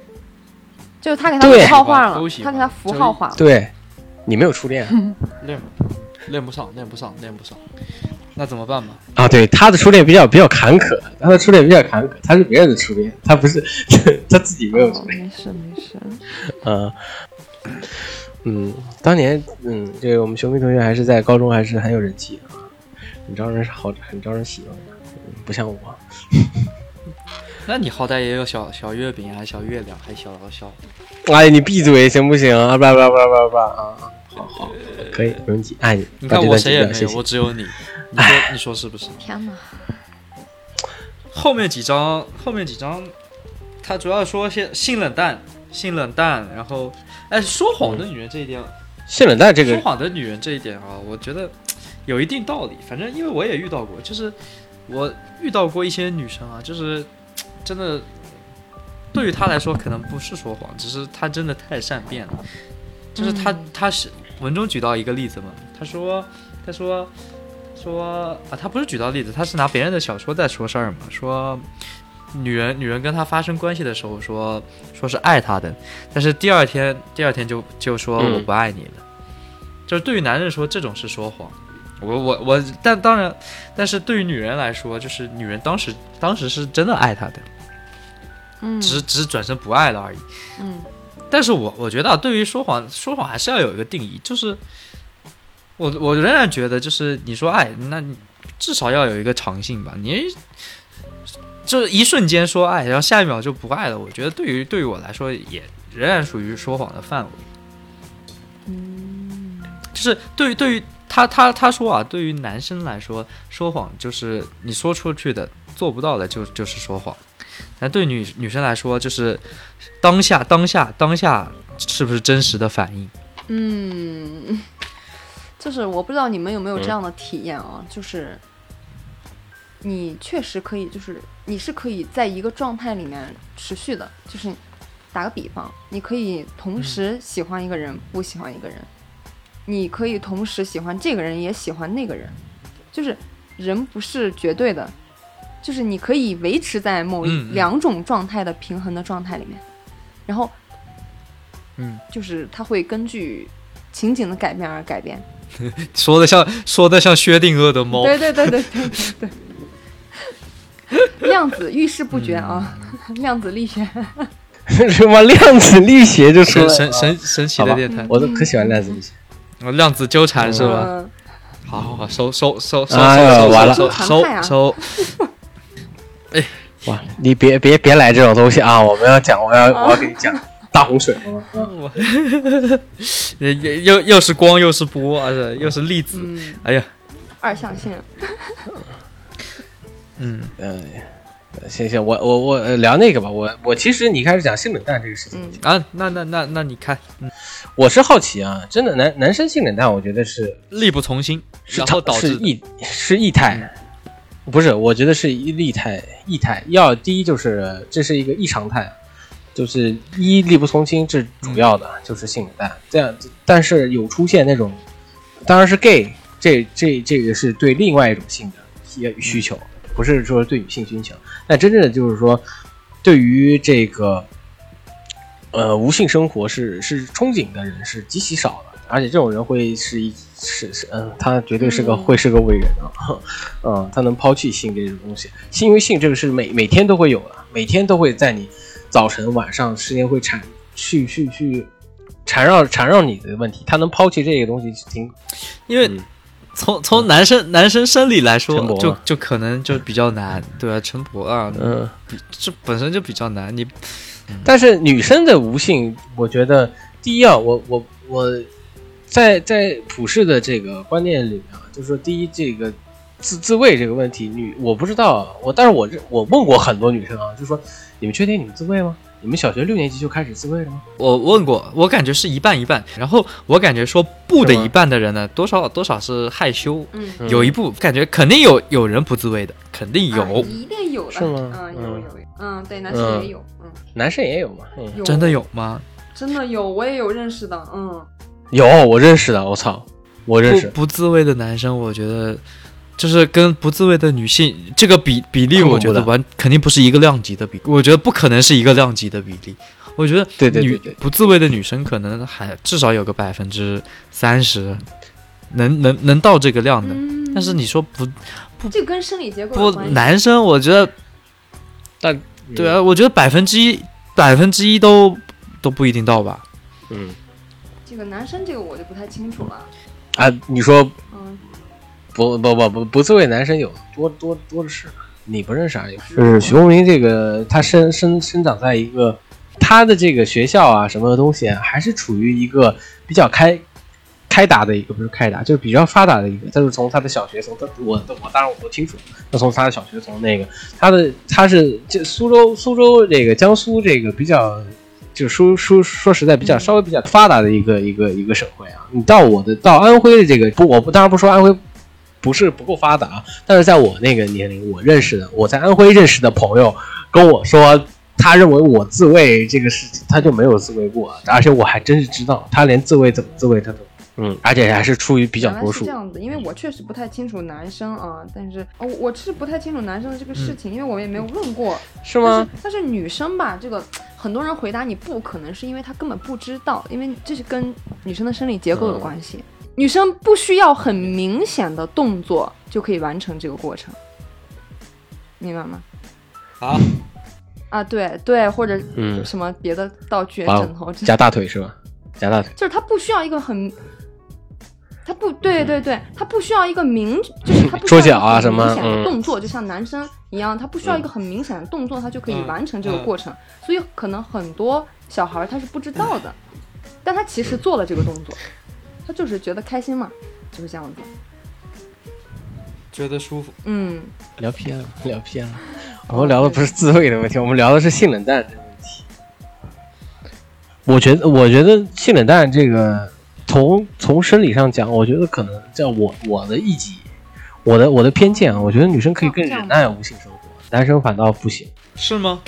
就是他给他对符号化了都，喜他欢给他符号化了，对，你没有初恋啊练练不上，练不上，练不上，那怎么办嘛？啊？对，他的初恋比较比较坎坷，他的初恋比较坎坷，他是别人的初恋，他不是 *laughs* 他自己没有初哦恋。没事没事，嗯嗯，当年嗯，这个我们熊斌同学还是在高中还是很有人气的啊，很招人好，很招人喜欢的，嗯不像我。那你好歹也有小小月饼啊，小月亮，还小小，哎，你闭嘴行不行啊？叭叭叭叭叭啊！好好，可以，没问题，爱你。你把看这我段剪谁也掉没谢有，谢我只有你。你说 *laughs* 你说是不是？天哪，后面几章，后面几章，他主要说些性冷淡，性冷淡，然后，哎，说谎的女人这一点，性冷淡这说个 *laughs* 谎的女人这一点啊，我觉得有一定道理。反正因为我也遇到过，就是我遇到过一些女生啊，就是真的，对于她来说可能不是说谎，只是她真的太善变了。就是她，嗯她是文中举到一个例子嘛，她说，她说。说啊，她不是举到例子，她是拿别人的小说在说事儿嘛。说女人，女人跟她发生关系的时候说说是爱她的，但是第二天，第二天就就说嗯我不爱你了。就是对于男人说这种是说谎，我我我，但当然，但是对于女人来说，就是女人当时当时是真的爱他的，嗯只是只是转身不爱了而已。嗯但是我我觉得、啊，对于说谎，说谎还是要有一个定义，就是我我仍然觉得，就是你说爱，那你至少要有一个长性吧。你这一瞬间说爱，然后下一秒就不爱了，我觉得对于对于我来说，也仍然属于说谎的范围。嗯就是对于对于他他他说啊，对于男生来说，说谎就是你说出去的，做不到的就就是说谎。那对女女生来说，就是当下当下当下是不是真实的反应？嗯，就是我不知道你们有没有嗯这样的体验啊，就是你确实可以，就是你是可以在一个状态里面持续的，就是打个比方，你可以嗯同时喜欢一个人，不喜欢一个人，你可以同时喜欢这个人，也喜欢那个人，就是人不是绝对的，就是你可以维持在某一嗯嗯两种状态的平衡的状态里面，然后，嗯，就是它会根据情景的改变而改变。说的像说的像薛定谔的猫，对对对对对对对。 *laughs* 量子遇事不决啊，量子力学。什么量子力学就出来神了神神神奇好的吧电台，我都可喜欢量子力学。量子纠缠是吧？嗯好好好，收收收收哎呀收完了收收啊收， *laughs* 哇，你别别别来这种东西啊！我们要讲，我要我要给你讲哦大洪水。又又又是光又是波，而且又是粒子，嗯，哎呀，二象性。嗯。嗯，行行，我我我呃聊那个吧。我我其实你开始讲性冷淡这个事情，嗯啊，那那那那你看，嗯，我是好奇啊，真的男男生性冷淡，我觉得是力不从心，是然后导是致异是异态，嗯不是，我觉得是一例态异态。要第一就是这是一个异常态，就是一力不从心，这主要的、就是性冷淡。这样，但是有出现那种，当然是 gay，这这这个是对另外一种性的需求，不是说对女性需求。但真正的就是说，对于这个呃无性生活是是憧憬的人是极其少的，而且这种人会是一是是嗯，他绝对是个、嗯会是个伟人啊， *laughs* 嗯，他能抛弃性这种东西，性因为性这个是每每天都会有的，每天都会在你早晨晚上时间会缠去去去缠绕缠绕你的问题，他能抛弃这个东西是挺因为嗯从从男生男生生理来说陈勃，就嘛就可能就比较难，对啊，陈勃啊，嗯。这本身就比较难，你但是女生的无性，我觉得第一啊，我我我在在普世的这个观念里面啊，就是说第一这个自自慰这个问题，女我不知道啊，我但是我这我问过很多女生啊，就说你们确定你们自慰吗？你们小学六年级就开始自慰了吗？我问过，我感觉是一半一半，然后我感觉说不的是吗一半的人呢，多少多少是害羞，嗯，嗯有一部感觉肯定有有人不自慰的，肯定有，啊一定有的。是吗嗯，有嗯有有。嗯，对，男生也有。嗯，男生也有嘛？嗯，有真的，有吗？真的有，我也有认识的。嗯，有我认识的，我操，我认不识。不自慰的男生，我觉得就是跟不自慰的女性这个比比例，恐怖我觉得的完肯定不是一个量级的比，我觉得不可能是一个量级的比例。我觉得对对对女对不自慰的女生可能还至少有个百分之三十，能能能到这个量的。嗯但是你说不这跟生理结构不有关系。男生，我觉得对啊，我觉得百分之一百分之一都都不一定到吧。嗯这个男生这个我就不太清楚了。啊，你说嗯，不不不不不自慰男生有多多多的是，你不认识而已。就是徐宏明这个，他生生生长在一个他的这个学校啊，什么东西、啊、还是处于一个比较开开达的一个，不是开达，就是比较发达的一个。他是从他的小学，从他我我当然我不清楚，那从他的小学，从那个他的他是这苏州苏州这个江苏这个比较，就说说说实在比较稍微比较发达的一个一个一个省会啊。你到我的到安徽的这个不，我不当然不说安徽不是不够发达，啊但是在我那个年龄，我认识的我在安徽认识的朋友跟我说，他认为我自慰这个事情，他就没有自慰过，啊而且我还真是知道，他连自慰怎么自慰他都，嗯，而且还是出于比较原来多是数这，样子，因为我确实不太清楚男生啊，但是哦，我是不太清楚男生的这个事情，因为我也没有问过。是但吗是？但是女生吧，这个很多人回答你不可能，是因为她根本不知道，因为这是跟女生的生理结构有关系。嗯女生不需要很明显的动作就可以完成这个过程，明白吗？啊，啊，对对，或者嗯什么别的道具、哇哦枕头之类的夹大腿是吧？夹大腿，就是他不需要一个很，他不对对对，他不需要一个明，就是他不需桌要脚啊一个很明什显么嗯的动作，就像男生一样，他不需要一个很明显的动作，他就可以嗯完成这个嗯过程。所以可能很多小孩他是不知道的，但他其实做了这个动作，他就是觉得开心嘛，就是这样子。觉得舒服。嗯，聊偏了， *laughs* 聊偏了。我们聊的不是自慰的问题，我们聊的是性冷淡这个问题。我觉得，我觉得性冷淡这个，从从生理上讲，我觉得可能叫我我的异己，我的我的偏见啊，我觉得女生可以更哦这样忍耐无性生活，男生反倒不行。是吗？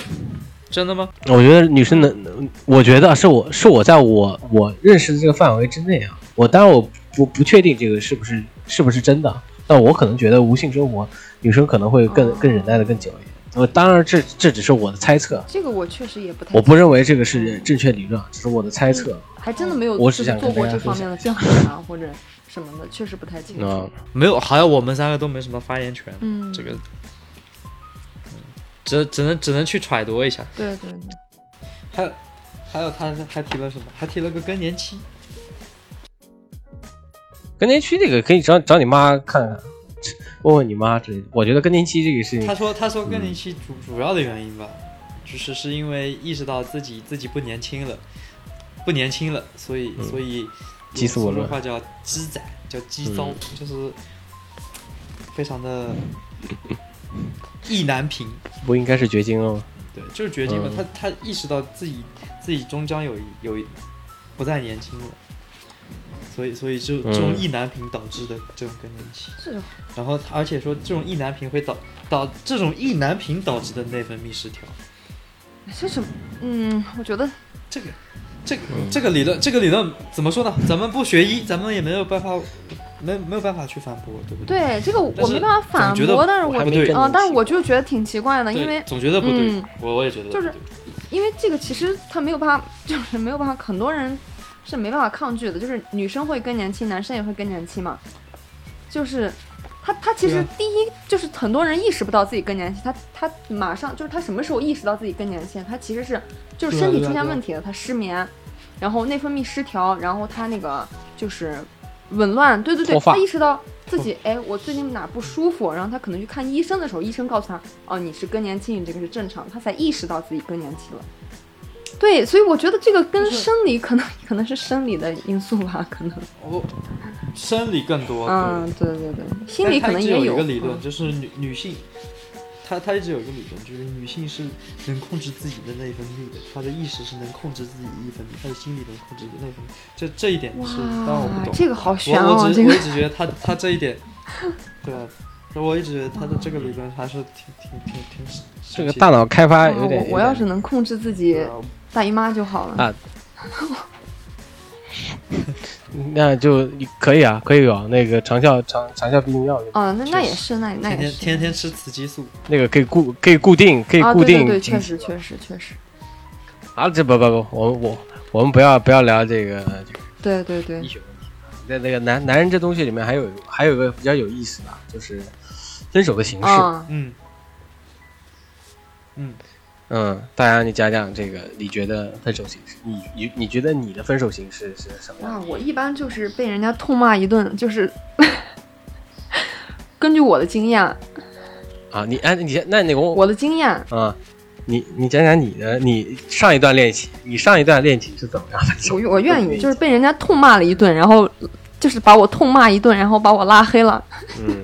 真的吗？我觉得女生能，我觉得是我是我在我我认识的这个范围之内啊。我当然我不不确定这个是不是是不是真的，啊但我可能觉得无性生活女生可能会更哦更忍耐的更久一点。我当然这这只是我的猜测，这个我确实也不太，我不认为这个是正确理论，啊，只是我的猜测。还真的没有我只就是想做跟过大家这分方面享的调查啊 *laughs* 或者什么的，确实不太清嗯楚。，没有，好像我们三个都没什么发言权。嗯，这个，嗯只只能只能去揣度一下。对对对。还有还有他还提了什么？还提了个更年期。更年期这个可以找找你妈看看，问问你妈之类的。我觉得更年期这个事他情，说他说更年期主主要的原因吧，就是是因为意识到自己自己不年轻了，不年轻了，所以、嗯所以激素紊说乱话叫鸡仔，叫鸡糟，嗯就是非常的意难平。不应该是绝经哦。对，就是绝境嘛，嗯他他意识到自己自己终将有一有一不再年轻了，所以所以就这种嗯意难平导致的这种更年期，这种然后他而且说这种意难平会导导这种意难平导致的内分泌失调，这种，嗯，我觉得这个这个、这个理论这个理论怎么说呢？咱们不学医，咱们也没有办法没没有办法去反驳，对不对？对这个我但我是没办法反总觉得驳，但是我我还不没对更啊、年期但是我就觉得挺奇怪的，对因为总觉得不对，嗯我我也觉得就是不对因为这个其实他没有办法，就是没有办法，很多人是没办法抗拒的，就是女生会更年期，男生也会更年期嘛，就是。他他其对实啊第一、就是很多人意识不到自己更年期，他他马上就是他什么时候意识到自己更年期？他其实是就是对啊身体对啊出现对啊问题了，他失眠，然后内分泌失调，然后他那个就是紊乱，对对对，脱发嗯他意识到自己哎，我最近哪不舒服，然后他可能去看医生的时候，医生告诉他，哦，你是更年期，你这个是正常，他才意识到自己更年期了。对，所以我觉得这个跟生理可能 *laughs* 可能是生理的因素吧，可能，我生理更多，哦对嗯，对对对，心理他可能也他一直有一个理嗯论，就是女女性，她她一直有一个理论，就是女性是能控制自己的内分泌的，她的意识是能控制自己的内分泌，她的心理能控制内分泌。这这一点是，当然我哇不，懂，这个好悬我哦我，只这个我一直觉得她她这一点，对吧？我一直觉得她的这个理论还是挺挺挺挺神奇这的个大脑开发哇哎有点哦我，我要是能控制自己对啊大姨妈就好了。啊嗯那就可以啊，可以有、那个长效长长效避孕药，哦，那那也确实是，那那天也天是，天天吃雌激素，那个可以固可以固定可以啊，固对对定对，情确绪实确实确实，啊，这不不不，我我我们不要不要聊这个这个对对对医，学问题。在那个男男人这东西里面，还有还有一个比较有意思的，就是分手的形式。啊，嗯嗯，嗯，大家你讲讲这个，你觉得分手形式，你你你觉得你的分手形式是什么哇，样的？我一般就是被人家痛骂一顿，就是 *laughs* 根据我的经验，啊，你哎，你先那你给我我的经验，啊，你你讲讲你的，你上一段恋情，你上一段恋情是怎么样的？我我愿意，就是被人家痛骂了一顿，然后就是把我痛骂一顿，然后把我拉黑了，嗯，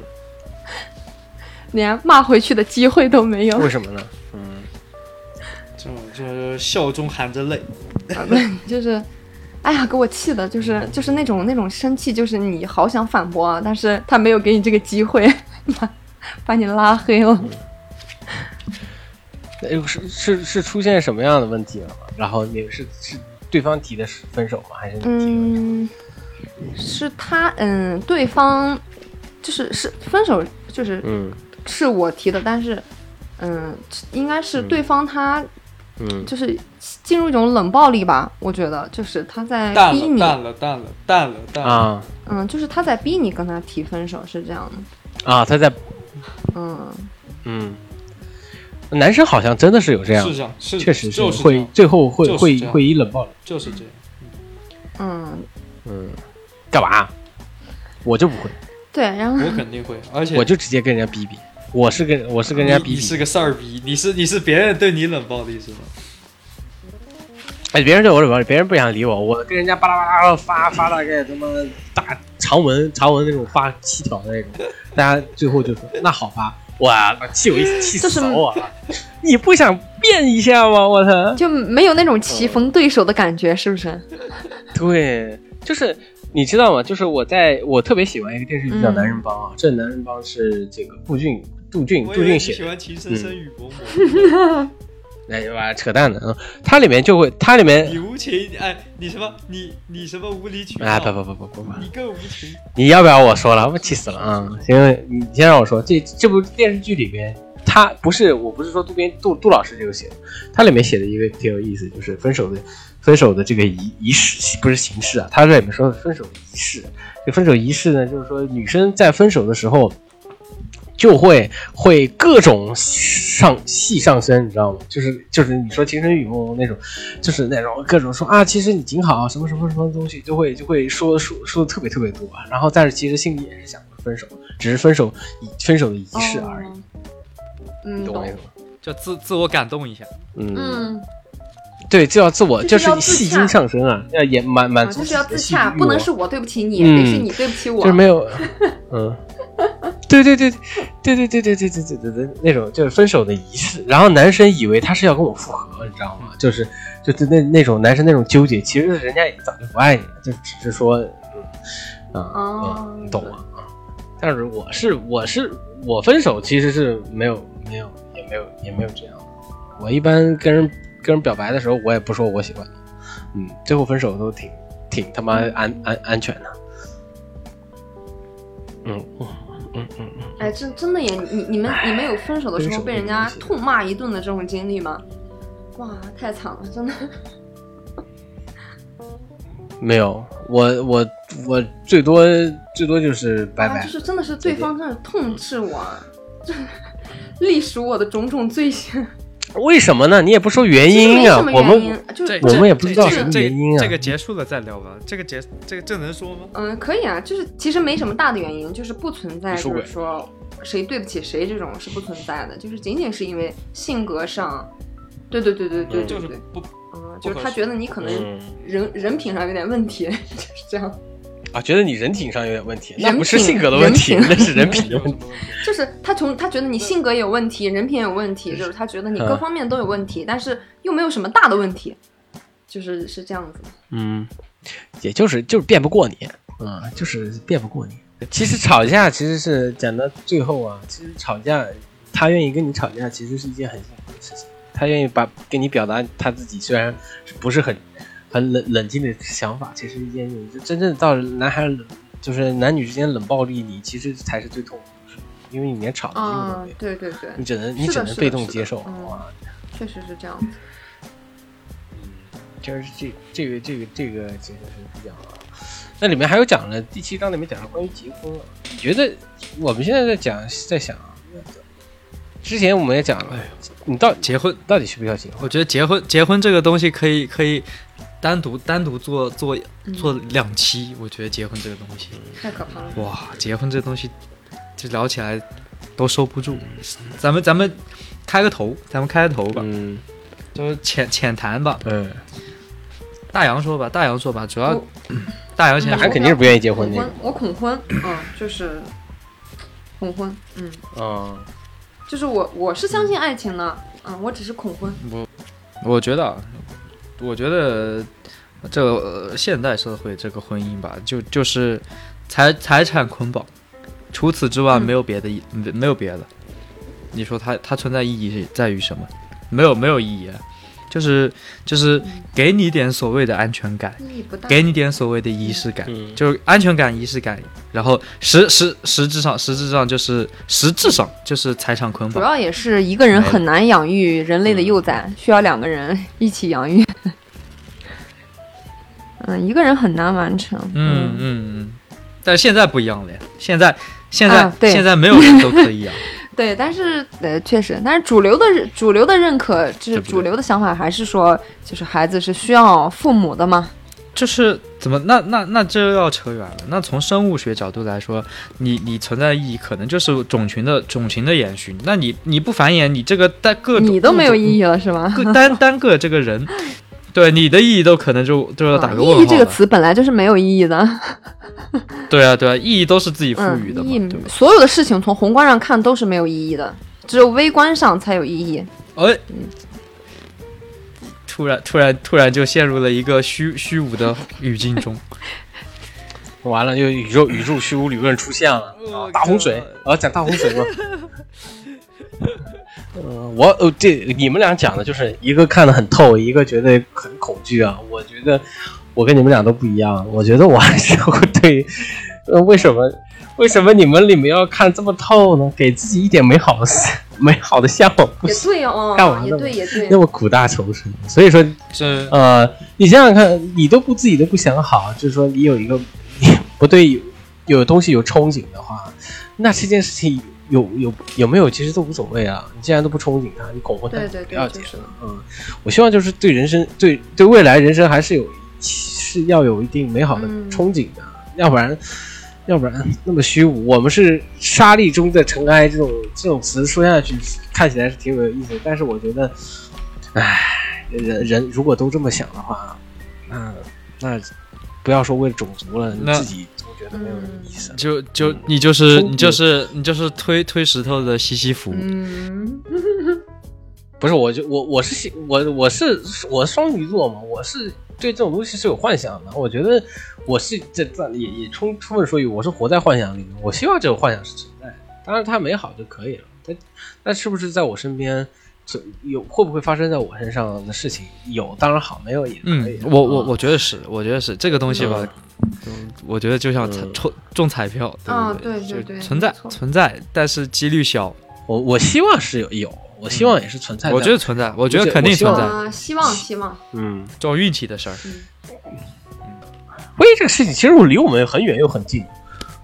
连骂回去的机会都没有为。什么呢？嗯，这种就是笑中含着泪，就是，哎呀，给我气的，就是就是那种那种生气，就是你好想反驳啊，但是他没有给你这个机会， *laughs* 把把你拉黑了。那哎是是是出现什么样的问题了吗？然后你是是对方提的分手吗？还是你提的分手？嗯，是他，嗯，对方就是是分手，就是嗯是我提的，但是，嗯，应该是嗯对方他嗯就是进入一种冷暴力吧，我觉得就是他在淡逼了你，淡了淡了淡了淡了，啊嗯，就是他在逼你跟他提分手，是这样的，啊，他在嗯，嗯，男生好像真的是有这样是，这样，是确实就是这会样，最后会就是会这样会以冷暴力。就是这样。嗯，嗯，干嘛？我就不会，对，然后我肯定会，而且我就直接跟人家比比。我是跟我是跟人家你比你是比，个事儿逼，你是你是别人对你冷暴力是吗？哎，别人对我冷暴力，别人不想理我，我跟人家巴拉巴拉发发大概他妈大长文长文那种发七条的那种，大家最后就说那好吧，哇，气我一气这是死我了，你不想变一下吗？我操！就没有那种棋嗯逢对手的感觉，是不是？对，就是你知道吗？就是我在我特别喜欢一个电视剧叫《嗯男人帮》啊，这《男人帮》是这个顾俊、杜俊、我以杜为你俊写喜的，欢情深深雨蒙蒙。哎呀妈，扯淡的啊！它里面就会，它里面你无情，哎，你什么？你你什么无理取闹？哎，不不不不不不， *laughs* 你更无情。你要不要我说了？我气死了啊！行，你先让我说，这这部电视剧里面，他不是，我不是说渡边杜杜老师这个写的，它里面写的一个挺有意思，就是分手的分手的这个仪仪式，不是形式啊，他这里面说的分手仪式，这分手仪式呢，就是说女生在分手的时候。就会会各种上戏上身，你知道吗？就是就是你说情深雨蒙蒙那种，就是那种各种说啊，其实你挺好，什么什么什么东西，就会就会说说说的特别特别多，啊然后但是其实心里也是想分手，只是分手以分手的仪式而已，哦。嗯，你懂我意懂思。吗？就自自我感动一下。嗯，嗯，对，就要自我，就是是要自洽戏精上身啊，要也满满啊，足自就己是要自的戏剧洽，欲不能望是我对不起你，嗯得是你对不起我。就是没有，嗯， *laughs* 对对对对对对对对对对对对对，那种就是分手的仪式。然后男生以为他是要跟我复合，你知道吗？就是就就那那种男生那种纠结，其实人家也早就不爱你了，就只是说，嗯啊哦，嗯你懂吗？啊，但是我是我是我分手其实是没有没有也没有也没有这样的。我一般跟人跟人表白的时候，我也不说我喜欢你，嗯，最后分手都挺挺他妈安安安全的。嗯嗯嗯嗯嗯，哎，真真的耶，你你们你们有分手的时分候手被这人个家东西痛骂一顿的这种经历吗？哇，太惨了，真的。没有，我我我最多最多就是拜啊拜就。是真的是对方真的痛斥我，这 *laughs* 隶属我的种种罪行。为什么呢？你也不说原其实 *laughs* 没因啊什么，我原们因就是这我这们也不知道这什个么这原因啊这个结束了再聊吧。这个结这个这能说吗？嗯，可以啊，就是其实没什么大的原因，就是不存在，你出就轨是说谁对不起谁这种是不存在的，就是仅仅是因为性格上，对对对对对嗯对就是对，不嗯，就是不可他觉得你可能嗯人人品上有点问题， *laughs* 就是这样，啊，觉得你人品上有点问题，人那不是品性格的问题，人品那是 *laughs* 人品的有什问题。么问题？就是他从他觉得你性格也有问题，人品也有问题，就是他觉得你各嗯方面都有问题，但是又没有什么大的问题，就是是这样子的。嗯，也就是就是辩不过你，嗯，就是辩不过你。其实吵架其实是讲到最后啊，其实吵架，他愿意跟你吵架，其实是一件很幸福的事情。他愿意把跟你表达他自己虽然不是很很冷冷静的想法，其实一件真正到男孩冷就是男女之间冷暴力，你其实才是最痛苦的事，因为你连吵的机会都嗯没有，，对对对，你只能是的你只能是的被动是的接受嗯哇。确实是这样子。就是这这个这个这个其实是比较，那里面还有讲了第七章里面讲了关于结婚了。你觉得我们现在在讲在想，啊之前我们也讲了，你到 *laughs* 结婚，到底需不需要结婚？我觉得结婚结婚这个东西可以可以单独单独做做嗯做两期。我觉得结婚这个东西，太可怕了。哇，结婚这东西就聊起来都收不住。咱们咱们开个头，咱们开个头吧，嗯就是浅浅谈吧。嗯大洋说吧，大洋说吧，主要我嗯大摇前大说韩肯定是不愿意结婚恐那婚个，，我恐婚，嗯，就是恐婚，嗯，嗯，就是我我是相信爱情的，嗯，我只是恐婚，我觉得，啊，我觉得这个、呃现代社会这个婚姻吧，就就是财财产捆绑，除此之外嗯没有别的意，没没有别的。你说它它存在意义在于什么？没有没有意义啊，就是就是给你点所谓的安全感，意义不大。给你点所谓的仪式感，嗯就是安全感、仪式感，然后实实实质上实质上就是实质上就是财产捆主绑。要也是一个人很难养育人类的幼崽，需要两个人一起养育。 *laughs* 嗯，一个人很难完成。嗯，嗯嗯，但是现在不一样了呀，现在现在、啊对现在没有人都可 *laughs* 以啊，对，但是呃，确实，但是主流的主流的认可，就对是不对主流的想法还是说，就是孩子是需要父母的嘛。就是怎么那那那这又要扯远了。那从生物学角度来说，你你存在的意义可能就是种群的种群的延续。那你你不繁衍，你这个单个你都没有意义，义了是吗？个单单个这个 *laughs* 人，对你的意义都可能就就要打个意问号了。义这个词本来就是没有意义的，对啊对啊，意义都是自己赋嗯，予的嘛，意义对吧？所有的事情从宏观上看都是没有意义的，只有微观上才有意义。哎。突然，突然，突然就陷入了一个虚虚无的语境中。完了又宇 *laughs* 宙宇宙虚无理论出现了，哦啊、大洪水，我要讲大洪水吗？ *laughs* 呃，我呃，这你们俩讲的就是一个看得很透，一个觉得很恐惧啊。我觉得我跟你们俩都不一样，我觉得我还是会对，呃，为什么 *laughs* 为什么你们你们要看这么透呢？给自己一点美好的 *laughs* 美好的向往不也行，对哦干嘛，呢也对也对那。么苦大仇深。所以说这呃，你想想看，你都不自己都不想好，就是说你有一个你不对有有东西有憧憬的话，那这件事情有有有没有其实都无所谓啊。你既然都不憧憬它，你恐婚它对对不对要，就紧。是的嗯，我希望就是对人生对对未来人生还是有是要有一定美好的嗯憧憬的，要不然。要不然那么虚无，我们是沙粒中的尘埃这种这种词说下去，看起来是挺有意思，但是我觉得，唉，人人如果都这么想的话，那那不要说为种族了，你那自己都觉得没有什么意思。就就嗯你就是冲你就是你就是推推石头的西西弗，嗯，不是，我就我我是喜我我是我双鱼座嘛，我是对这种东西是有幻想的。我觉得我是这这也也充充分说一句，我是活在幻想里面。我希望这种幻想是存在的，当然它美好就可以了。但但是不是在我身边，存有会不会发生在我身上的事情？有，当然好；没有也哎可以嗯啊。，我我我觉得是，我觉得是这个东西吧，我觉得就像彩嗯抽中彩票，啊不对对就对存在没错存在，但是几率小，啊我我希望是有有，我希望也是存在的。我觉得存在，我觉我得觉肯定我希存望在，啊，希望希望，嗯，这种运气的事儿，关于这个事情，其实我离我们很远又很近。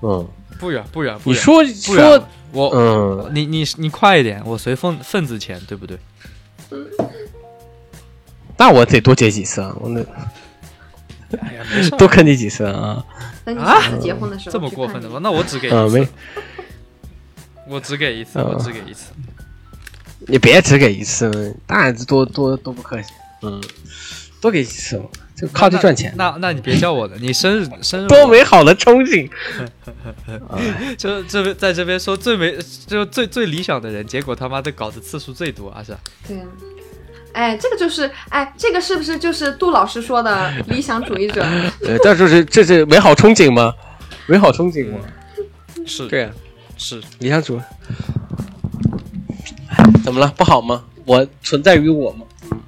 嗯，不远不远不你远，说不远说，我嗯，你你你快一点，我随份份子钱，对不对？那我得多结几次啊！我那哎呀，没事儿，多坑你几次啊！等你啊下次结婚的时候这么去过看分的你吗？那我只给一啊，没次，，我只给一次，嗯我只给一次，你别只给一次，当然多多多不客气。嗯，多给几次嘛，就靠这赚钱，那那那你别叫我了，你生日生日多我美好的憧憬。 *laughs* 就这边在这边说最没就最最理想的人，结果他妈的搞的次数最多，啊是啊对呀、哎，这个就是，哎，这个是不是就是杜老师说的理想主义者？呃，这就是这是美好憧憬吗？美好憧憬吗？是对啊，是李相主，哎怎么了？不好吗？我存在于我吗？嗯，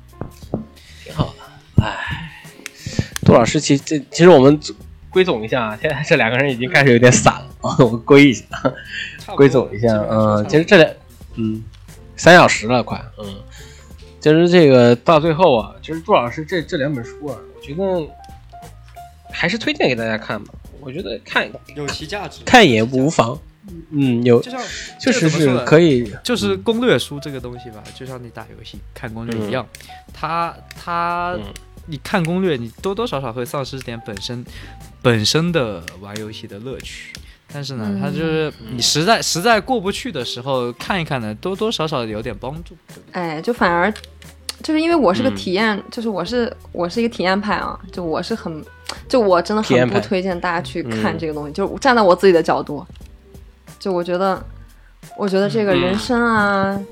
挺好的。唉，杜老师，其这其实我们归总一下啊，现在这两个人已经开始有点散了， *laughs* 我们归一下。哦归总一下，嗯，其实这两，嗯，三小时了，快，嗯，其实这个到最后啊，其实杜老师这这两本书啊，我觉得还是推荐给大家看吧。我觉得看有其价值。看也无妨，嗯，有就像 *laughs* 确实这个怎么是说呢可以，就是攻略书这个东西吧，就像你打游戏看攻略一样，它它、嗯你看攻略，你多多少少会丧失点本身本身的玩游戏的乐趣。但是呢，嗯它就是你实在实在过不去的时候看一看呢，多多少少有点帮助。对不对哎，就反而，就是因为我是个嗯体验，就是我是我是一个体验派啊，就我是很就我真的很 PM 不牌推荐大家去看嗯这个东西，就是站在我自己的角度，就我觉得，我觉得这个人生啊，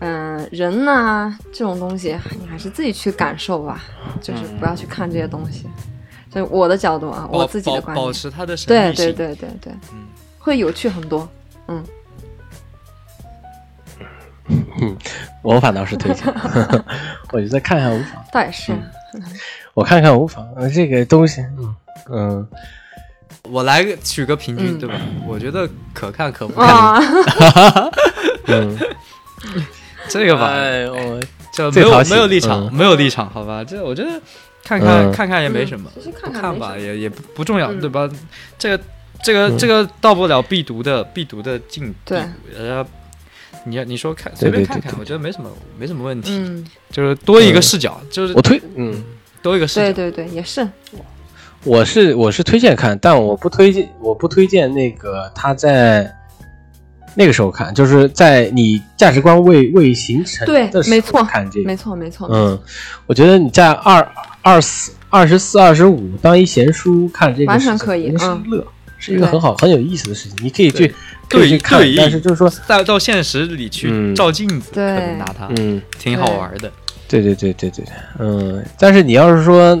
嗯、人呐、这种东西，你还是自己去感受吧，就是不要去看这些东西。就我的角度啊，保我自己的保观保点，持它的神对秘性对，对对对，嗯 *laughs* 会有趣很多。我反倒是推 *laughs* 荐，我觉得看看无妨。倒也是，我看看无妨，呃这个东西，嗯嗯，我来个取个平均，嗯对吧？我觉得可看可不看，啊， *laughs* *laughs* 这个吧，嗯哎，我这没最讨有喜没有立场，嗯没有立场，好吧？这我觉得看看嗯看看也没什么嗯其实，看不看看没吧，什么也也不不重要，嗯对吧？这个这嗯个这个到不了必读的必读的境地，对呃，你要你说看随对便对看对看，对我觉得没什么没什么问题，嗯，就是多一个嗯视角，就是我推，嗯，多一个视角对。对对，也是，我是我是推荐看，但我不推荐，我不推荐那个他在那个时候看，就是在你价值观未未形成对的时没候错看这个没，错没错，嗯，我觉得你在二二四、二十四、二十五当一闲书看这个完事情，全可以应该是嗯一乐，是一个对很好很有意思的事情，你可以去对可以对去看对，但是就是说，带到现实里去嗯照镜子，可对能拿它嗯，挺好玩的。对对对对对，嗯，但是你要是说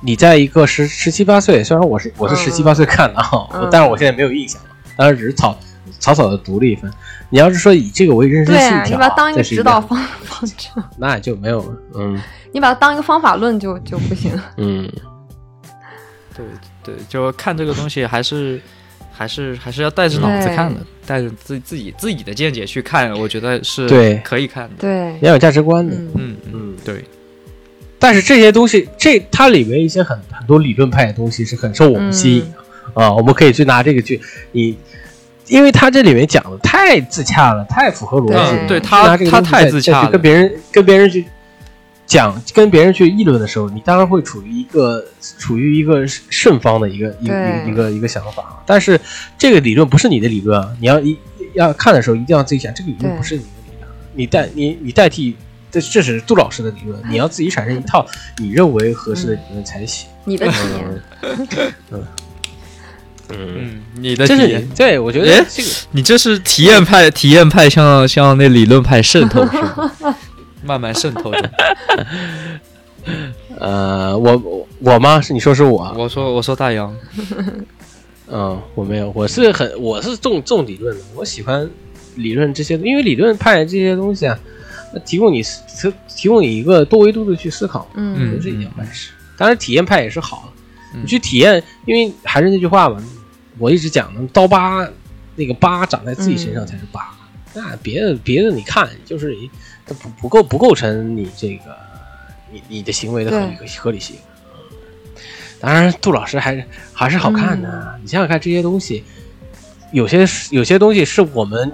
你在一个十十七八岁，虽然我是我是十七八岁看的啊，嗯我但是我现在没有印象了，当时只是草草草的读了一番。你要是说以这个为人生对信啊，你条，把它当一这个是指样导的方方针，那就没有了。嗯你把它当一个方法论就就不行。嗯，对对，就看这个东西还是还是还是要带着脑子对看的，带着自自己自己的见解去看，我觉得是对可以看的。 *laughs* 对，要有价值观的。嗯，嗯嗯，嗯，对，但是这些东西，这它里面一些很很多理论派的东西是很受我们吸引的、啊，我们可以去拿这个去你。因为它这里面讲的太自洽了，太符合逻辑了嗯。对你它拿这个它东西太再自再洽去了跟别人跟别人去讲，跟别人去议论的时候，你当然会处于一个处于一个顺方的一个一个对一个一个想法。但是这个理论不是你的理论啊，你要一要看的时候一定要自己想，这个理论对不是你的理论，啊你代你你代替。这这是杜老师的理论，你要自己产生一套你认为合适的理论才行。你的体验，嗯，嗯，你的这体是验，对，我觉得诶这个你这是体验派，体验派向向那理论派渗透是吗？ *laughs* 慢慢渗透的。呃，我我我吗？是你说是我啊？ *laughs* 我说我说大洋，嗯，我没有，我是很我是重重理论的，我喜欢理论这些，因为理论派这些东西啊，它提供你思思提供你一个多维度的去思考，我觉嗯得是一件坏事。当然，体验派也是好的，嗯你去体验，因为还是那句话嘛，我一直讲的，刀疤那个疤长在自己身上才是疤，那别的别的你看就是你它不不构不构成你这个你你的行为的合理合理性。当然，杜老师还是还是好看的啊。你想想看，这些东西，有些是有些东西是我们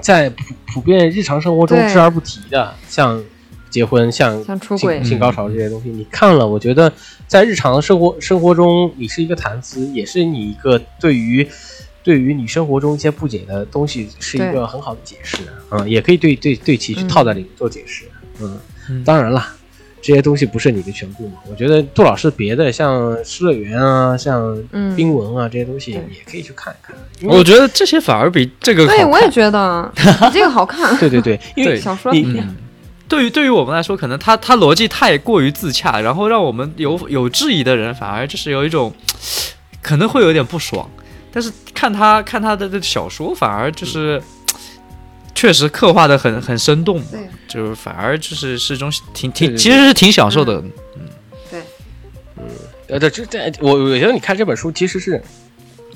在普普遍日常生活中对置而不提的，像结婚，像像出轨性性高潮这些东西，你看了，我觉得在日常生活生活中，你是一个谈资，也是你一个对于对于你生活中一些不解的东西是一对个很好的解释，嗯，也可以对对对其去嗯套在里面做解释，嗯，嗯当然了。这些东西不是你的全部嘛？我觉得杜老师别的像《失乐园》啊，像嗯冰文啊这些东西对也可以去看一看。 *laughs* 因为我觉得这些反而比这个对，好我也觉得这个好看。对对对，因为对小说你嗯，对于对于我们来说，可能它它逻辑太过于自洽，然后让我们有有质疑的人反而就是有一种可能会有点不爽，但是看他看他的这小说，反而就是、确实刻画的很很生动，对就是反而就是是一种挺对挺对其实是挺享受嗯的，嗯呃，对，这这，我我觉得你看这本书其实是，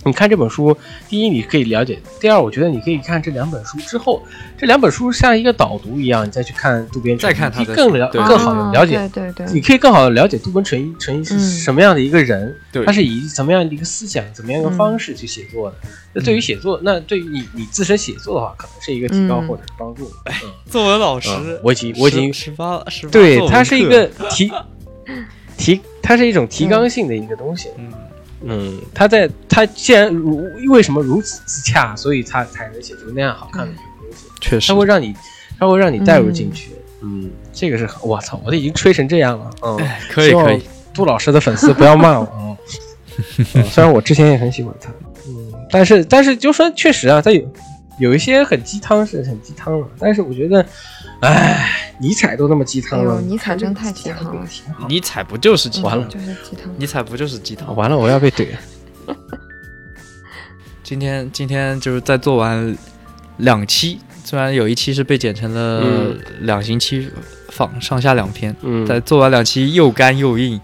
你看这本书，第一你可以了解，第二我觉得你可以看这两本书之后，这两本书像一个导读一样，你再去看渡边淳一，再看他你的更书了对更好的啊了解，对对你对，可以更好的了解渡边淳一淳一是嗯什么样的一个人，对他是以怎么样的一个思想、怎么样一个嗯方式去写作的。那对于写作，那对于你你自身写作的话，可能是一个提高嗯或者是帮助。哎嗯作文老师，嗯，我已经我已经十八十八，对，它是一个提提，它是一种嗯提纲性的一个东西。嗯嗯，他在他既然如为什么如此自洽，所以他才能写出那样好看的一个东西，确实他会让你，他会让你带入进去。嗯，这个是很我操，我都已经吹成这样了，嗯， *laughs* 哎可以希望可以， *laughs* 杜老师的粉丝不要骂我，嗯嗯虽然我之前也很喜欢他，嗯，但是但是就说确实啊，他有有一些很鸡汤是很鸡汤了，但是我觉得，哎，尼采都那么鸡汤哎了，呦尼采这真个太鸡鸡汤这个了挺好尼采不就是鸡嗯汤？完了就是鸡汤。尼采不就是鸡汤？啊完了，我要被怼了。今天今天就是在做完两期，虽然有一期是被剪成了嗯两星期放上下两篇，嗯，在做完两期又干又硬，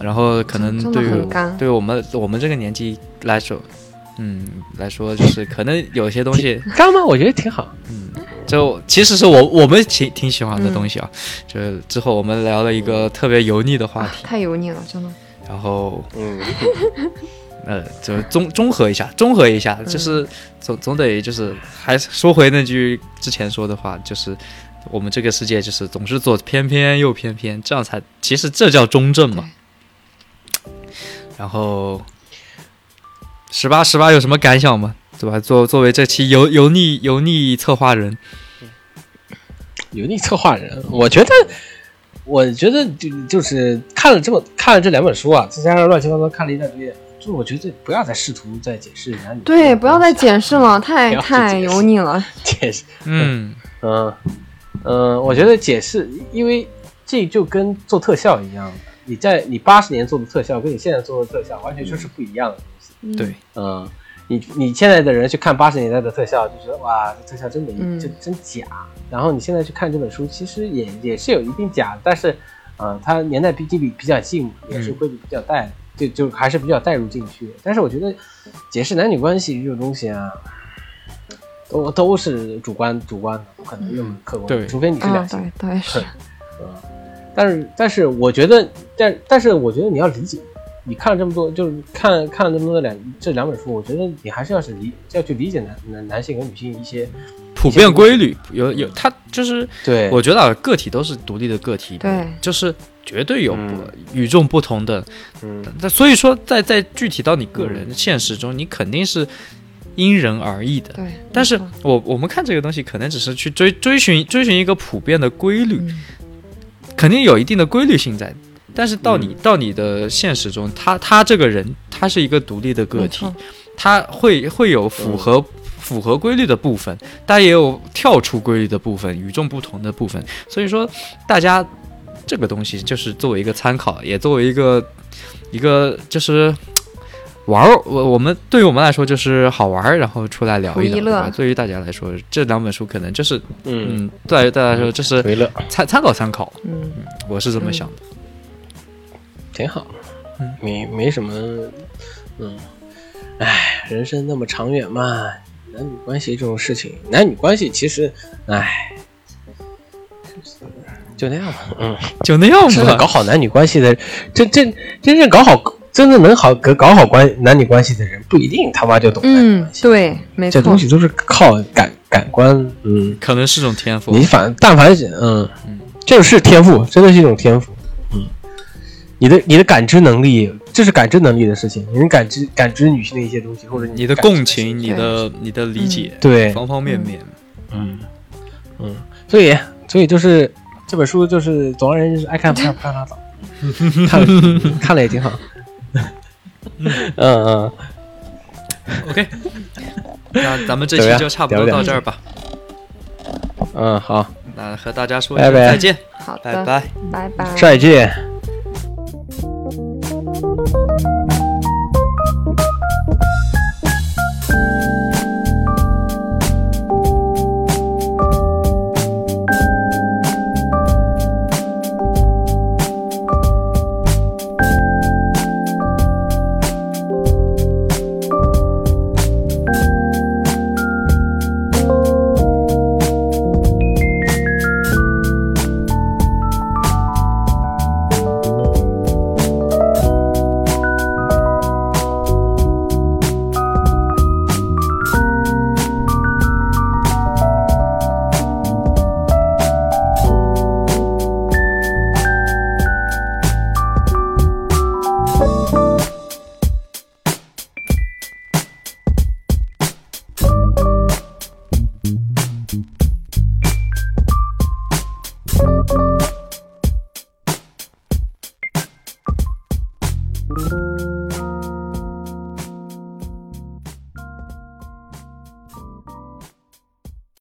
然后可能真的对于很我干对我们我们这个年纪来说，嗯，来说就是可能有些东 *laughs* 西干嘛？我觉得挺好。就其实是我我们挺挺喜欢的东西啊，嗯就是之后我们聊了一个特别油腻的话啊题，太油腻了，真的。然后嗯，呃，就是综综合一下，综合一下，就是总总得就是还是说回那句之前说的话，就是我们这个世界就是总是左偏偏右偏偏，这样才其实这叫中正嘛。然后十八十八有什么感想吗？对吧？作作为这期油油腻油腻策划人，油腻策划人，我觉得，我觉得就就是看了这么看了这两本书啊，再加上乱七八糟看了一大堆，就是我觉得不要再试图再解释男女，对，不要再解释了，太不要再太解释油腻了。解释。嗯，嗯嗯，我觉得解释，因为这就跟做特效一样，你在你八十年做的特效跟你现在做的特效完全就是不一样的东西。嗯对，嗯，你你现在的人去看八十年代的特效，就觉得哇，这特效真没，嗯这真假。然后你现在去看这本书，其实也也是有一定假，但是，呃，它年代毕竟比比较近，也是嗯会比较带，就就还是比较带入进去。但是我觉得，解释男女关系这种东西啊，都都是主观主观的，不可能那么客观，嗯对除非你是啊两，性对，倒也是。嗯，但是但是我觉得，但但是我觉得你要理解，你看了这么多，就是看看了这么多的两这两本书，我觉得你还是要是理要去理解男男男性和女性一些呃普遍规律有有，它就是对我觉得啊，个体都是独立的个体，对，就是绝对有不、嗯与众不同的。嗯那所以说在，在具体到你个人现实中，你肯定是因人而异的。对，但是没错我我们看这个东西，可能只是去追追寻追寻一个普遍的规律，嗯肯定有一定的规律性在。但是到你、嗯到你的现实中，他他这个人，他是一个独立的个没体错，他会会有符合、嗯符合规律的部分，但也有跳出规律的部分，与众不同的部分。所以说，大家这个东西就是作为一个参考，也作为一个一个就是嘖玩儿。我我们对于我们来说就是好玩儿，然后出来聊图一聊。一对乐吧对于大家来说，这两本书可能就是嗯嗯，对于大家来说这是回乐参参考参考，嗯，我是这么想的。挺好嗯，没没什么，嗯，唉，人生那么长远嘛，男女关系这种事情，男女关系其实，唉。就那样吧，嗯，就那样真的搞吧。好男女关系的，真真真正搞好，真的能好搞搞好关男女关系的人，不一定他妈就懂男女嗯关，系。对，没这错。东西都是靠感感官，嗯，可能是种天赋你，反但凡是嗯嗯，这是天赋，真的是一种天赋，嗯，你的你的感知能力，这是感知能力的事情，你能感知感知女性的一些东西，或者你的感知共情，你的你的理解，对，方方面面。嗯，嗯，所以所以就是这本书就是总而言之就是爱看不看不看拉倒，看了看了也挺好。 *laughs* 嗯嗯， OK，那咱们这怎么期样就差不聊多不聊到这儿吧。嗯，好，那和大家说一拜声拜再见，好的，拜拜。拜拜。帅剧。 Thank